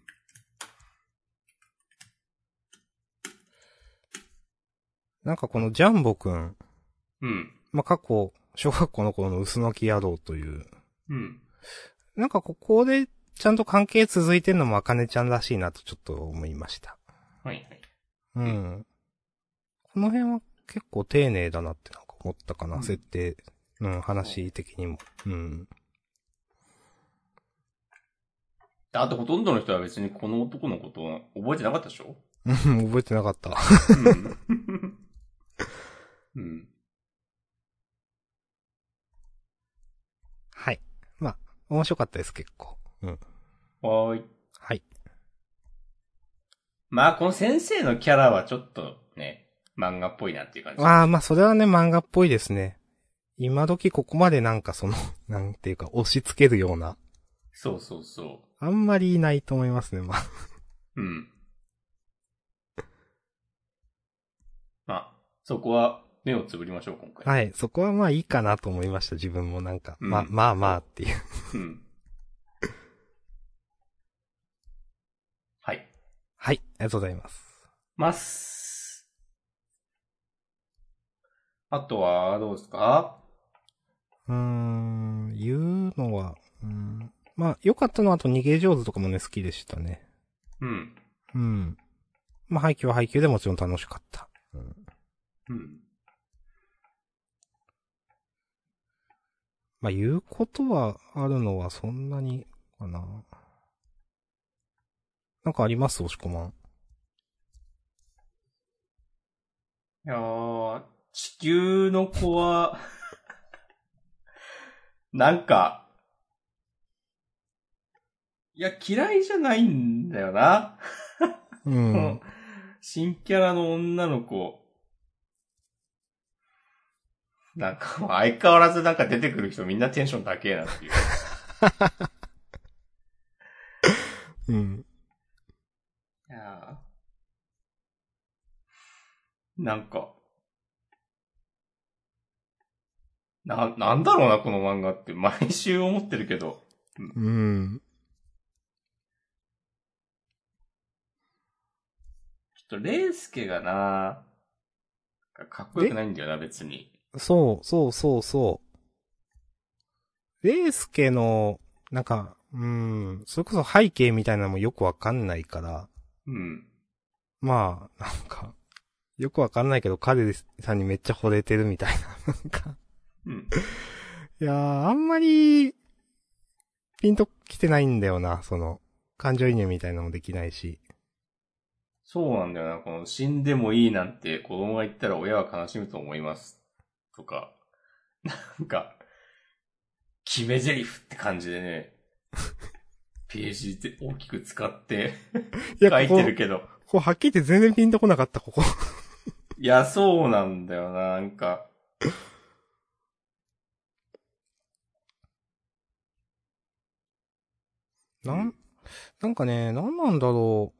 B: なんかこのジャンボくん、
A: うん。
B: まあ、過去、小学校の頃の薄の木野郎という、
A: うん。
B: なんかここでちゃんと関係続いてんのもあかねちゃんらしいなとちょっと思いました。
A: はいはい。
B: うん。この辺は結構丁寧だなってなんか思ったかな、
A: うん
B: 設定、うん、話的にも。 うん。
A: であとほとんどの人は別にこの男のことを覚えてなかったでしょ
B: うん覚えてなかった。
A: うん。うん。
B: はい。まあ、面白かったです、結構。うん。
A: はーい。
B: はい。
A: まあ、この先生のキャラはちょっとね、漫画っぽいなっていう感じ。
B: まあまあ、それはね、漫画っぽいですね。今時ここまでなんかその、 なんていうか、押し付けるような、
A: そうそうそ
B: あんまりいないと思いますね、まあ。
A: う。うん。まあ、そこは目をつぶりましょう、今回。
B: はい。そこはまあいいかなと思いました。自分もなんか。
A: うん
B: まあまあまあっていう。
A: うん。はい。
B: はい。ありがとうございます。
A: ます。あとは、どうですか
B: うーん、言うのは、うん、まあ良かったのはあと逃げ上手とかもね、好きでしたね。
A: うん。
B: うん。まあ、配給は配給でもちろん楽しかった。
A: うん。
B: まあ、言うことはあるのはそんなに、かな。なんかあります押し込まん。
A: いやー、地球の子は、 なんか、いや、嫌いじゃないんだよな。こ
B: うん
A: の。新キャラの女の子。なんか、相変わらずなんか出てくる人みんなテンション高えなっていう。
B: うん。
A: いやーなんか、な、なんだろうな、この漫画って。毎週思ってるけど。
B: うん。
A: ちょっと、レイスケがな、かっこよくないんだよな、別に。
B: そう、そう、そう、そう。レースケの、なんか、うん、それこそ背景みたいなのもよくわかんないから、
A: うん。
B: まあ、なんか、よくわかんないけど、彼さんにめっちゃ惚れてるみたいな、 なんか。
A: うん。
B: いやー、あんまり、ピンと来てないんだよな、その、感情移入みたいなのもできないし。
A: そうなんだよな、この死んでもいいなんて子供が言ったら親は悲しむと思います。とか、 なんか、決め台詞って感じでね、ページで大きく使って
B: い
A: 書い
B: こ
A: て
B: こ
A: るけど。
B: ここはっきり言って全然ピンとこなかった、ここ。
A: いや、そうなんだよな、なんか。
B: なん、なんかね、なんなんだろ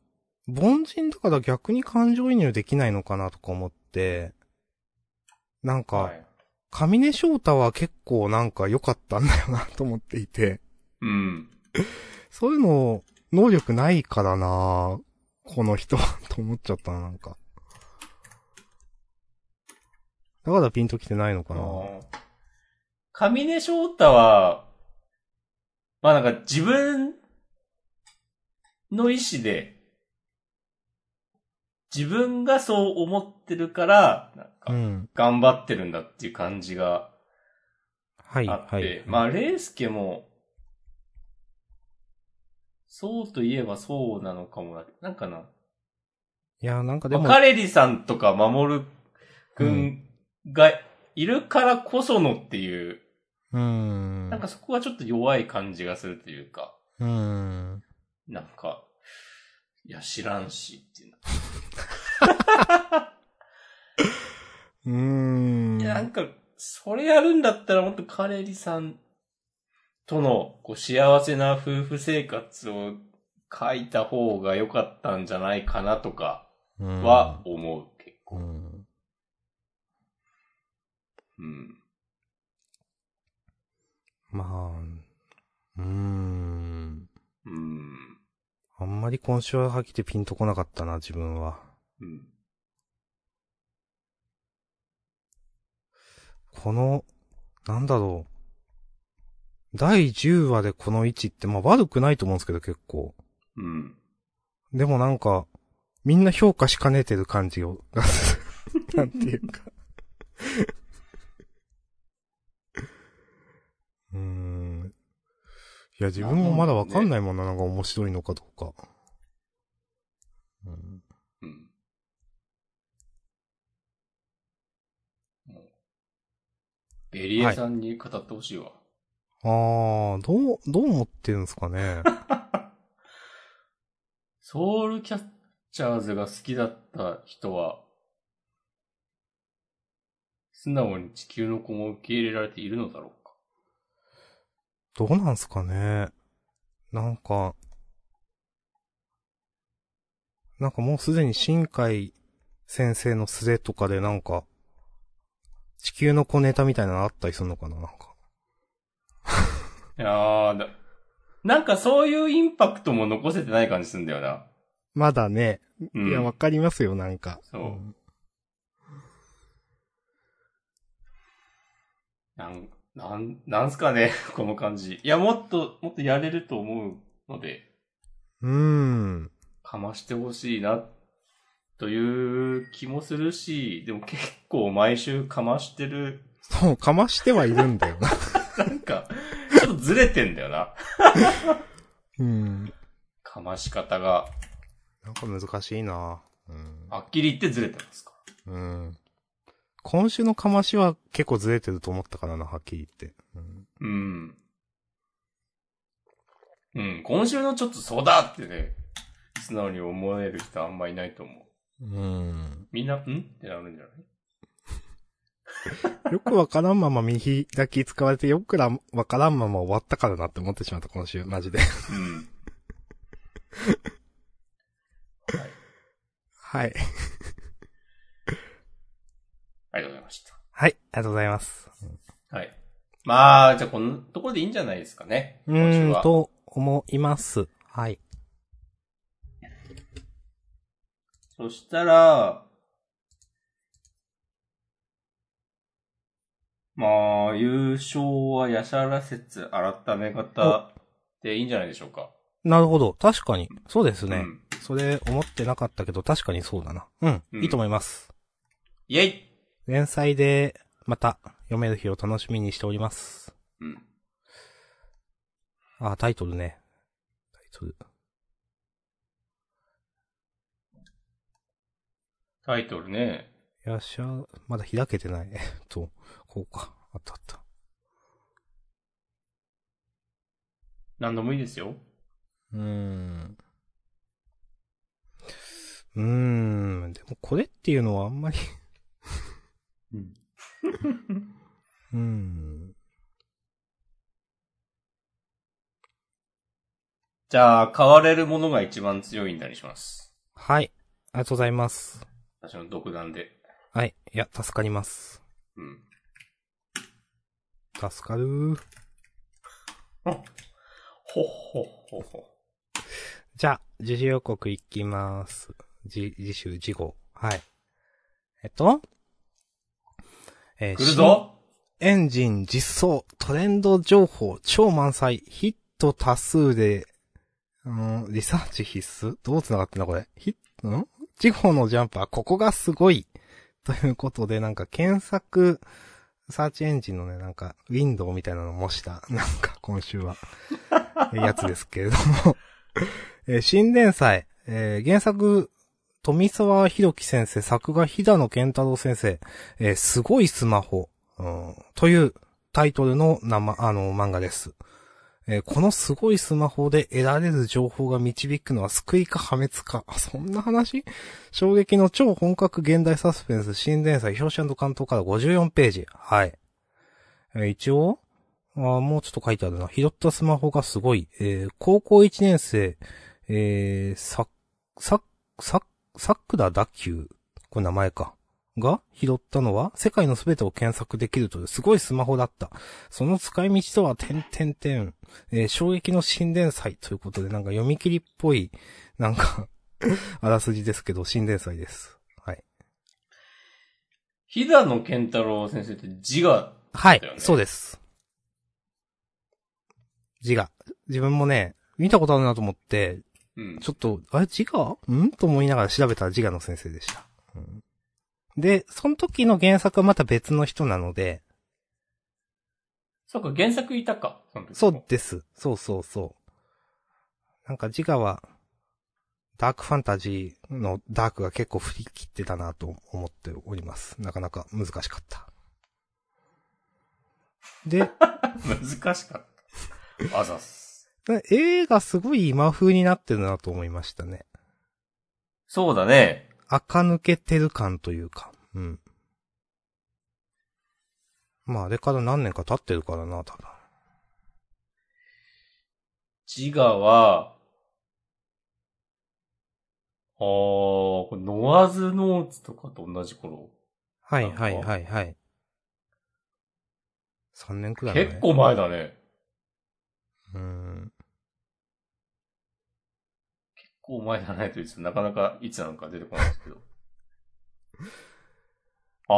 B: う。凡人だから逆に感情移入できないのかなとか思って、なんか、
A: はい。
B: 上根翔太は結構なんか良かったんだよなと思っていて、
A: うん。
B: そういうの、能力ないからなこの人は と思っちゃったな、なんか。だからピンときてないのかな
A: 上根翔太は、まあなんか自分の意思で、自分がそう思ってるから、なん
B: う
A: か
B: ん。
A: 頑張ってるんだっていう感じが
B: はい、
A: あって、
B: はい。
A: まあ、レイスケも、そうといえばそうなのかもな、なんかな。
B: いや、なんかで
A: まあ
B: も、
A: カレリさんとか守るくんがいるからこそのっていう、
B: うーん。
A: なんかそこがちょっと弱い感じがするというか、
B: うーん。
A: なんか、いや、知らんしっていうの。
B: うーん。
A: いや、なんか、それやるんだったらもっとカレリさんとのこう幸せな夫婦生活を書いた方が良かったんじゃないかなとか
B: うん
A: は、思う、結
B: う
A: 構。
B: ん。
A: うん。
B: まあ、うーん。
A: うん。
B: あんまり今週ははっきりピンとこなかったな、自分は。
A: うん。
B: この、なんだろう。第10話でこの位置って、まあ悪くないと思うんですけど結構。
A: うん。
B: でもなんか、みんな評価しかねてる感じを、 がするなんていうか。 うーん。いや、自分もまだわかんないもんな、なんか面白いのかどうか。うん
A: うん。もうベリエさんに語ってほしいわ。
B: あー、どう、どう思ってるんですかね。
A: ソウルキャッチャーズが好きだった人は、素直に地球の子も受け入れられているのだろうか。
B: どうなんすかね。なんか、なんかもうすでに新海先生のスレとかでなんか、地球の小ネタみたいなのあったりするのかななんか。
A: いやーだ、なんかそういうインパクトも残せてない感じすんだよな。
B: まだね。
A: うん。
B: いや、わかりますよ、なんか。
A: そうんなん、なん、なんすかね、 この感じ。いや、もっと、もっとやれると思うので、
B: うーん。
A: かましてほしいな、という気もするし、でも結構毎週かましてる、
B: そう、かましてはいるんだよ な。
A: なんか、ちょっとずれてんだよな。
B: うん。
A: かまし方が、
B: なんか難しいなうん。
A: はっきり言ってずれてますか。
B: うん。今週のかましは結構ずれてると思ったからな、はっきり言って。うん。
A: うん。うん、今週のちょっとそうだってね、素直に思える人あんまいないと思う。
B: うん。
A: みんな、んってなるんじゃない
B: よくわからんまま右だけ使われて、よくらわからんまま終わったからなって思ってしまった、今週、マジで。
A: うん。
B: はい。
A: ありがとうございました。
B: はい、ありがとうございます。
A: はい。まあ、じゃあこのところでいいんじゃないですかね。
B: う
A: 今週
B: ーん、
A: は。
B: と思います。はい。
A: そしたら、まあ、優勝はヤシャラ説改め方でいいんじゃないでしょうか。
B: なるほど。確かに。そうです
A: う
B: ね。
A: ん。
B: それ思ってなかったけど、確かにそうだな。うん。
A: うん
B: いいと思います。
A: イェイ
B: 連載で、また、読める日を楽しみにしております。
A: うん。
B: あ、タイトルね。タイトル。
A: タイトルね。
B: よっしゃ、まだ開けてない。えっ と、こうか。あったあった。
A: 何度もいいですよ。。
B: うーん。うーん。でもこれっていうのはあんまり
A: うん。
B: うーん。
A: じゃあ、変われるものが一番強いんだにします。
B: はい。ありがとうございます。
A: 私の独断で。
B: はい。いや、助かります。
A: うん。
B: 助かるー。
A: ほっほっほっほ。
B: じゃあ、自主予告いきます。じ、自主、事後。はい。えっと。えー
A: 来るぞ
B: エンジン実装、トレンド情報、超満載、ヒット多数で、うん、リサーチ必須どう繋がってんだこれ。ヒッん地方のジャンパー、ここがすごいということで、なんか検索、サーチエンジンのね、なんか、ウィンドウみたいなの模した、 なんか今週は、えやつですけれども。 えー新連載、えー原作、富沢博樹先生、作画、平野健太郎先生、えーすごいスマホ、うんというタイトルの生、あの、漫画です。えーこのすごいスマホで得られる情報が導くのは救いか破滅か。あ、そんな話衝撃の超本格現代サスペンス新連載表紙関東から54ページ。はい。えー一応あーもうちょっと書いてあるな。拾ったスマホがすごい。えー高校1年生、えー、さ、さ、さ、さくらだきゅう。これ名前か。が拾ったのは、世界のすべてを検索できるというすごいスマホだった。その使い道とは、点々点。えー衝撃の新連載ということで、なんか読み切りっぽい、なんか、 あらすじですけど、新連載です。はい。
A: 飛騨の健太郎先生って字が、
B: はい、
A: だよね
B: そうです。字が。自分もね、見たことあるなと思って、
A: うん。
B: ちょっと、あれ、自我んと思いながら調べたら自我の先生でした。で、その時の原作はまた別の人なので、
A: そうか、原作いたか。その時も
B: そうです。そうそうそう。なんか自我は、ダークファンタジーのダークが結構振り切ってたなと思っております。なかなか難しかった。で、
A: 難しかった。あざっす。
B: 絵がすごい今風になってるなと思いましたね。
A: そうだね。
B: 垢抜けてる感というか。うん。まああれから何年か経ってるからな、多分。
A: 自我は、あー、これノアズノーツとかと同じ頃。
B: はいはいはいはい。 3年くらい前
A: 結構前だね。
B: うん。
A: 結構前じゃないといつ、なかなかいつなのか出てこないですけど。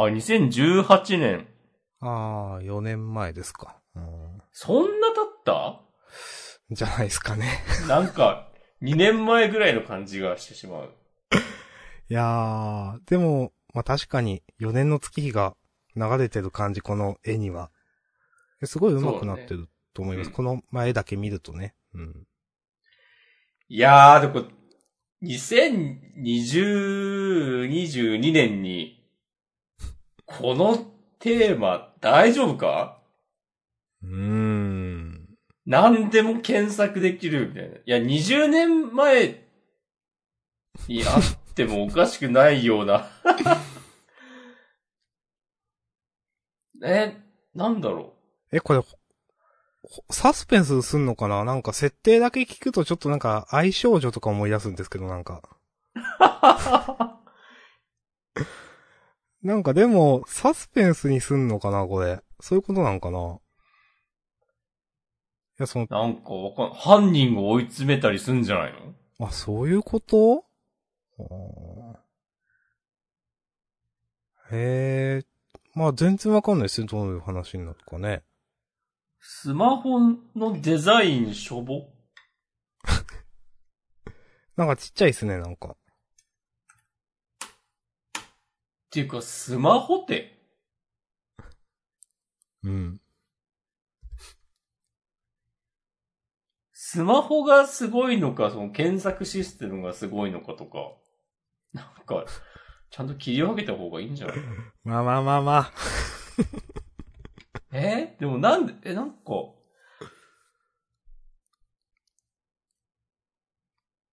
A: あ、2018年。
B: ああ、4年前ですか。うん。
A: そんな経った
B: じゃないですかね。
A: なんか、2年前ぐらいの感じがしてしまう。
B: いやー、でも、まあ、確かに4年の月日が流れてる感じ、この絵には。すごい上手くなってると思います。
A: そう
B: この前だけ見るとね。うん。
A: いやー、でもこれ、2020、22年に、このテーマ大丈夫か
B: うーん。
A: 何でも検索できるみたいな。いや、20年前にあってもおかしくないような。 え、なんだろ
B: え、これ、ほほサスペンスすんのかななんか設定だけ聞くとちょっとなんか愛少女とか思い出すんですけどなんか。なんかでも、サスペンスにすんのかなこれ。そういうことなんかないや、その
A: う、なんかわかん、犯人を追い詰めたりすんじゃないの
B: あ、そういうことあーへえ、まあ全然わかんないですね。どういう話になるかね。
A: スマホのデザインしょぼ
B: なんかちっちゃいですね、なんか。
A: っていうか、スマホって、
B: うん。
A: スマホがすごいのか、その検索システムがすごいのかとか、なんか、ちゃんと切り分けた方がいいんじゃない
B: まあまあまあまあ。
A: えでもなんで、え、なんか、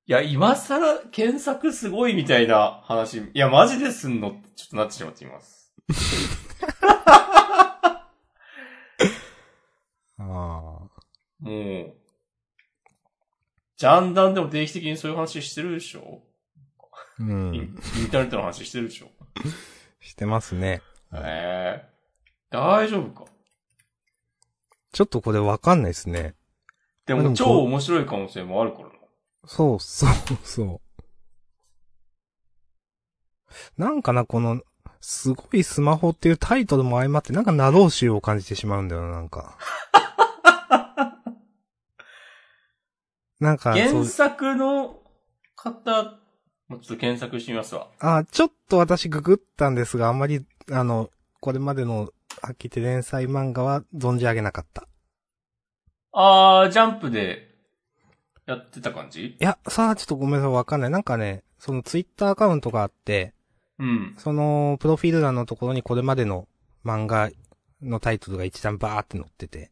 A: いや、今更検索すごいみたいな話、いや、マジですんのってちょっとなってしまっています。
B: ああ。
A: もう、ジャンダンでも定期的にそういう話してるでしょ、
B: う
A: イン
B: ん。
A: インターネットの話してるでしょ
B: してますね。
A: ええ大丈夫か。
B: ちょっとこれわかんないですね。
A: で
B: で
A: も
B: も
A: 超面白い可能性もあるからな。
B: そうそうそう。なんかな、この、すごいスマホっていうタイトルも相まって、なんかナロー臭を感じてしまうんだよな、なん か。なんか、そう
A: 原、作の方、もうちょっと検索してみますわ。
B: あ、ちょっと私ググったんですが、あんまり、あの、これまでの、はっきり言って連載漫画は存じ上げなかった。
A: あー、ジャンプでやってた感じ
B: いや、さあ、ちょっとごめんなさい、わかんない。なんかね、そのツイッターアカウントがあって、
A: うん。
B: その、プロフィール欄のところにこれまでの漫画のタイトルが一段バーって載ってて。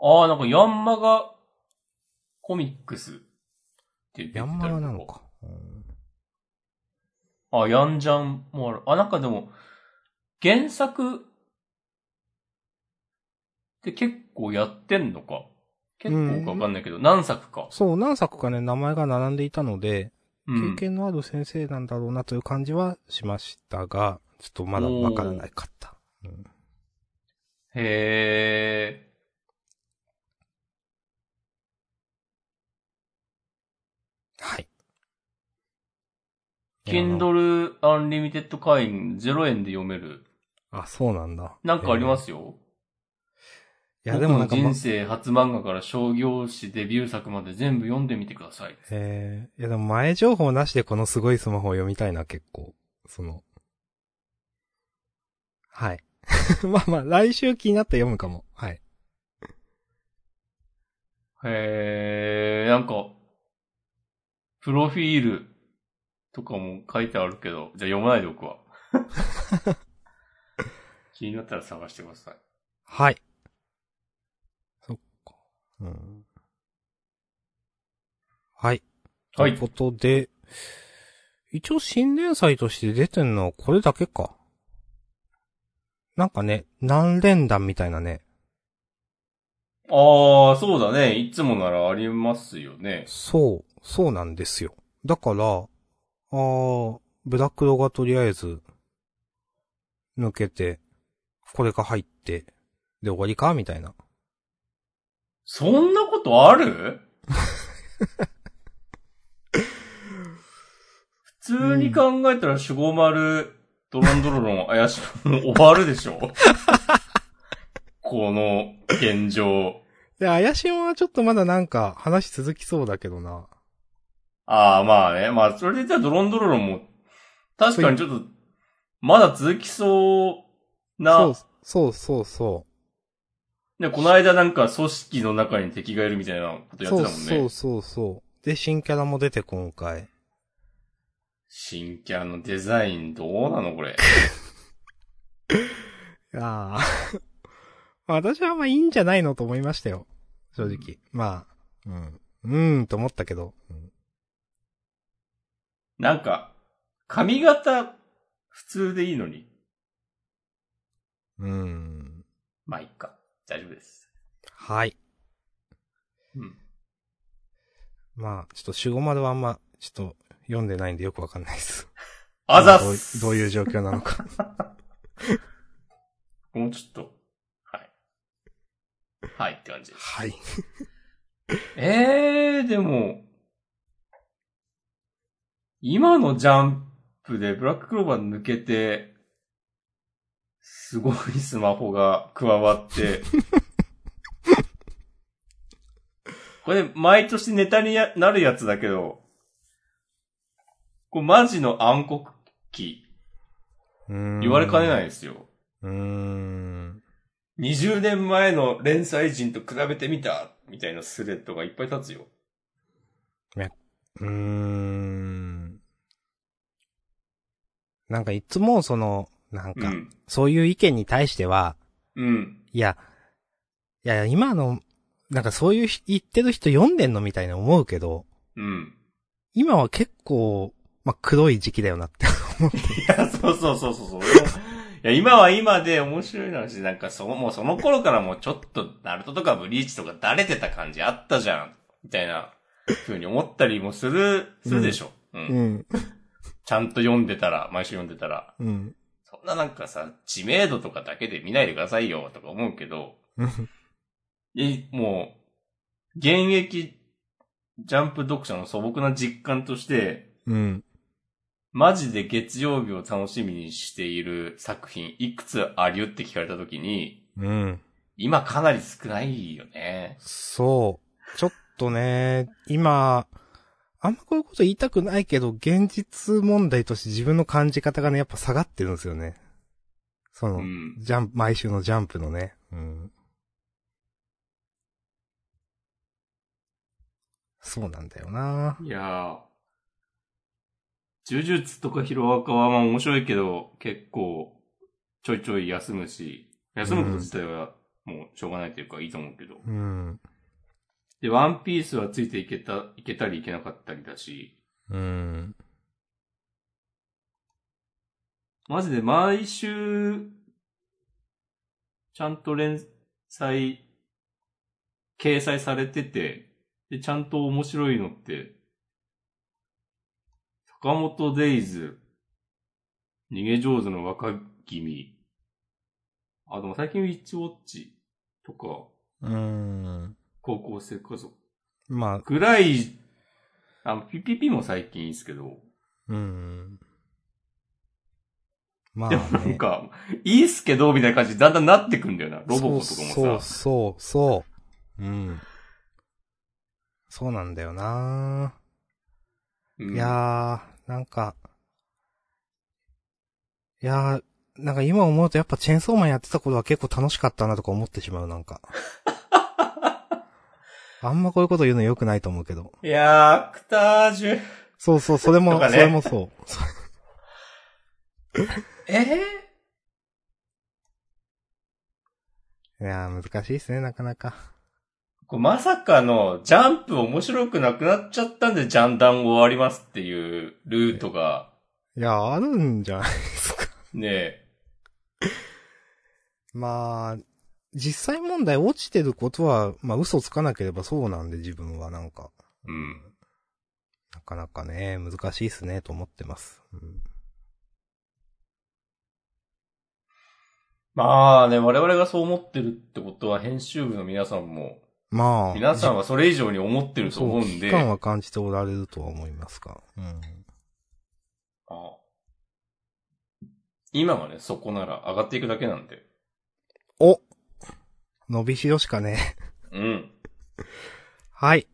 A: あー、なんかヤンマがコミックスって言ってた
B: ヤ
A: りと
B: ンマガなの。か。うん
A: あ、ヤンジャンもある。あ、なんかでも、原作って結構やってんのか。結構かわかんないけど、何作か。
B: そう、何作かね、名前が並んでいたので、
A: うん
B: 経験のある先生なんだろうなという感じはしましたが、ちょっとまだわからないかった。
A: へえ。
B: はい。いや
A: Kindle Unlimited 会員0円で読める。
B: あのあ、そうなんだ。、
A: なんかありますすよ。
B: いや、でもなんか、
A: 僕
B: ま
A: の人生初漫画から商業誌デビュー作まで全部読んでみてください。
B: えー、いやでも前情報なしでこのすごいスマホを読みたいな、結構。その。はい。 まあまあ、来週気になって読むかも。はい。
A: へえ、なんか、プロフィールとかも書いてあるけど、じゃあ読まないでおく わ。気になったら探してください。
B: はい。そっか。うん。はい。
A: は
B: とい。
A: いう
B: ことで、一応新連載として出てんのはこれだけか。なんかね、何連弾みたいなね。
A: ああ、そうだね。いつもならありますよね。
B: そう、そうなんですよ。だから、あー、ブラックロがとりあえず、抜けて、これが入って、で終わりかみたいな。
A: そんなことあ る普通に考えたら守護丸、ドロンドロロン、怪しいもう終わるでしょこの現状。
B: で、怪しいもんはちょっとまだなんか話続きそうだけどな。
A: ああ、まあね。まあ、それで言ったらドロンドロロンも、確かにちょっと、まだ続きそう
B: そう
A: な、、
B: そうそうそ
A: ね、この間なんか組織の中に敵がいるみたいなこと
B: う。
A: やってた
B: そ
A: もん
B: う
A: ね。
B: そうそうそう。で、新キャラも出て今回。
A: 新キャラのデザインどうなのこれ。
B: ああ。 まあ私はまあいいんじゃないのと思いましたよ。正直。まあ、うん。うーんと思ったけど。うん
A: なんか、髪型、普通でいいのに。
B: うん。
A: まあ、いっか。大丈夫です。
B: はい。
A: うん。
B: まあ、ちょっと守護丸はあんま、ちょっと読んでないんでよくわかんないです。
A: あざっ
B: どう
A: す
B: どういう
A: う。
B: 状況なのか。
A: もうちょっと。はい。はいって感じです。
B: はい。
A: えー、でも、今のジャンプでブラッククローバー抜けて、すごいスマホが加わって、 これ毎年ネタにやなるやつだけど、これマジの暗黒期、言
B: 言
A: われかねない
B: い。
A: ですよ。
B: うーん。
A: 20年前の連載人と比べてみた、みたいなスレッドがいっぱい立つよ。
B: うーん。なんかいつもその、なん
A: う
B: か、
A: ん。
B: そういう意見に対しては、
A: うん。
B: いや、いや、今の、なんかそういうひ言ってる人読んでんのみたいな思うけど、
A: うん。
B: 今は結構、まあ、黒い時期だよなって。
A: いや、そうそうそうそうそう。俺もいや、今は今で面白いのし、なんかその、もうその頃からもうちょっと、ナルトとかブリーチとかだれてた感じあったじゃん。みたいな、ふうに思ったりもする、するでしょ。うん。
B: ん。
A: ちゃんと読んでたら、毎週読んでたら。
B: うん。
A: そんななんかさ、知名度とかだけで見ないでくださいよ、とか思うけど、いもう、現役、ジャンプ読者の素朴な実感として、
B: うん。
A: マジで月曜日を楽しみにしている作品いくつあるよって聞かれたときに、
B: うん。
A: 今かなり少ないよね。
B: そう。ちょっとね、今、あんまこういうこと言いたくないけど、現実問題として自分の感じ方がね、やっぱ下がってるんですよね。その、
A: うん。
B: ジャンプ、毎週のジャンプのね。うん。そうなんだよない
A: やー。呪術とかヒロアカはまあ面白いけど、結構ちょいちょい休むし、休むこと自体はもうしょうがないというかいいと思うけど。
B: うん。
A: で、ワンピースはついていけた、いけたりいけなかったりだし、
B: うん。
A: マジで毎週、ちゃんと連載、掲載されてて、で、ちゃんと面白いのって、坂本デイズ、逃げ上手の若君、あ、でも最近ウィッチウォッチとか、
B: うん。
A: 高校生家族
B: まあ、
A: ぐらい、あ、ピピピも最近いいですけど、
B: うん。まあ、
A: で
B: ね
A: も。なんか、いいっすけど、みたいな感じにだんだんなってくんだよな。ロボコとかもさ。
B: そうそうそう。うん。そうなんだよな、
A: うん
B: いやー、なんか、いやー、なんか今思うとやっぱチェーンソーマンやってた頃は結構楽しかったなとか思ってしまう、な んか。あんまこういうこと言うの良くないと思うけど。
A: いやー、アクタージュ。
B: そうそう、それも、
A: とかね
B: それもそう。そ
A: えー、
B: ういやー、難しいですね、なかなか。
A: こうまさかの、ジャンプ面白くなくなっちゃったんで、ジャンダン終わりますっていうルートが、
B: いやー、あるんじゃないですか。
A: ねえ。
B: まあ、実際問題落ちてることは、まあ嘘つかなければそうなんで自分はなんか。
A: うん。
B: なかなかね、難しいっすね、と思ってます。うん
A: まあね、我々がそう思ってるってことは編集部の皆さんも、
B: まあ。
A: 皆さんはそれ以上に思ってると思
B: そうう、
A: ん
B: 危機
A: で、
B: 感は感じておられるとは思いますか。うん。
A: あ今はね、そこなら上がっていくだけなんで。
B: お伸びしろしかね。
A: うん。
B: はい。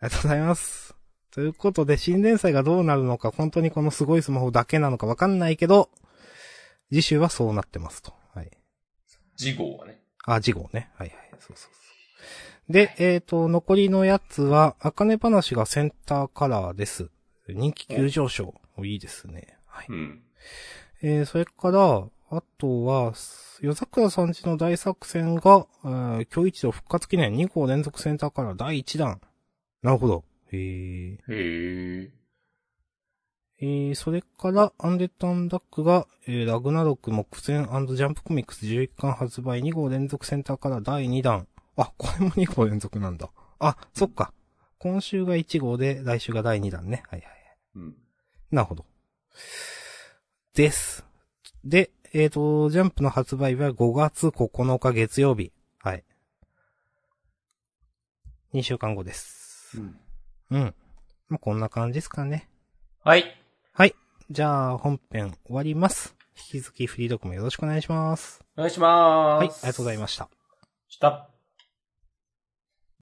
B: ありがとうございます。ということで、新連載がどうなるのか、本当にこのすごいスマホだけなのかわかんないけど、次週はそうなってますと。はい。
A: 次号はね。
B: あ、次号ね。はいはい。そうそうそう。で、えっ、と、残りのやつは、あかね話がセンターカラーです。人気急上昇。いいですね。はい。
A: うん。
B: えー、それから、あとは、夜桜さんちの大作戦が、えー、今日一度復活記念2号連続センターから第1弾。なるほど。えー、
A: へえ。
B: えー、それから、アンデッド・アンダックが、えー、ラグナロク目前ジャンプコミックス11巻発売2号連続センターから第2弾。あ、これも2号連続なんだ。あ、そっか。今週が1号で、来週が第2弾ね。はいはい。
A: うん。
B: なるほど。です。で、えっ、と、ジャンプの発売日は5月9日月曜日。はい。2週間後です。うん。まあ、こんな感じですかね。
A: はい。
B: はい。じゃあ、本編終わります。引き続きフリードクもよろしくお願いします。
A: お願いしま
B: はい、
A: ー
B: あり
A: す。
B: がとうござい
A: ま
B: ました。
A: した。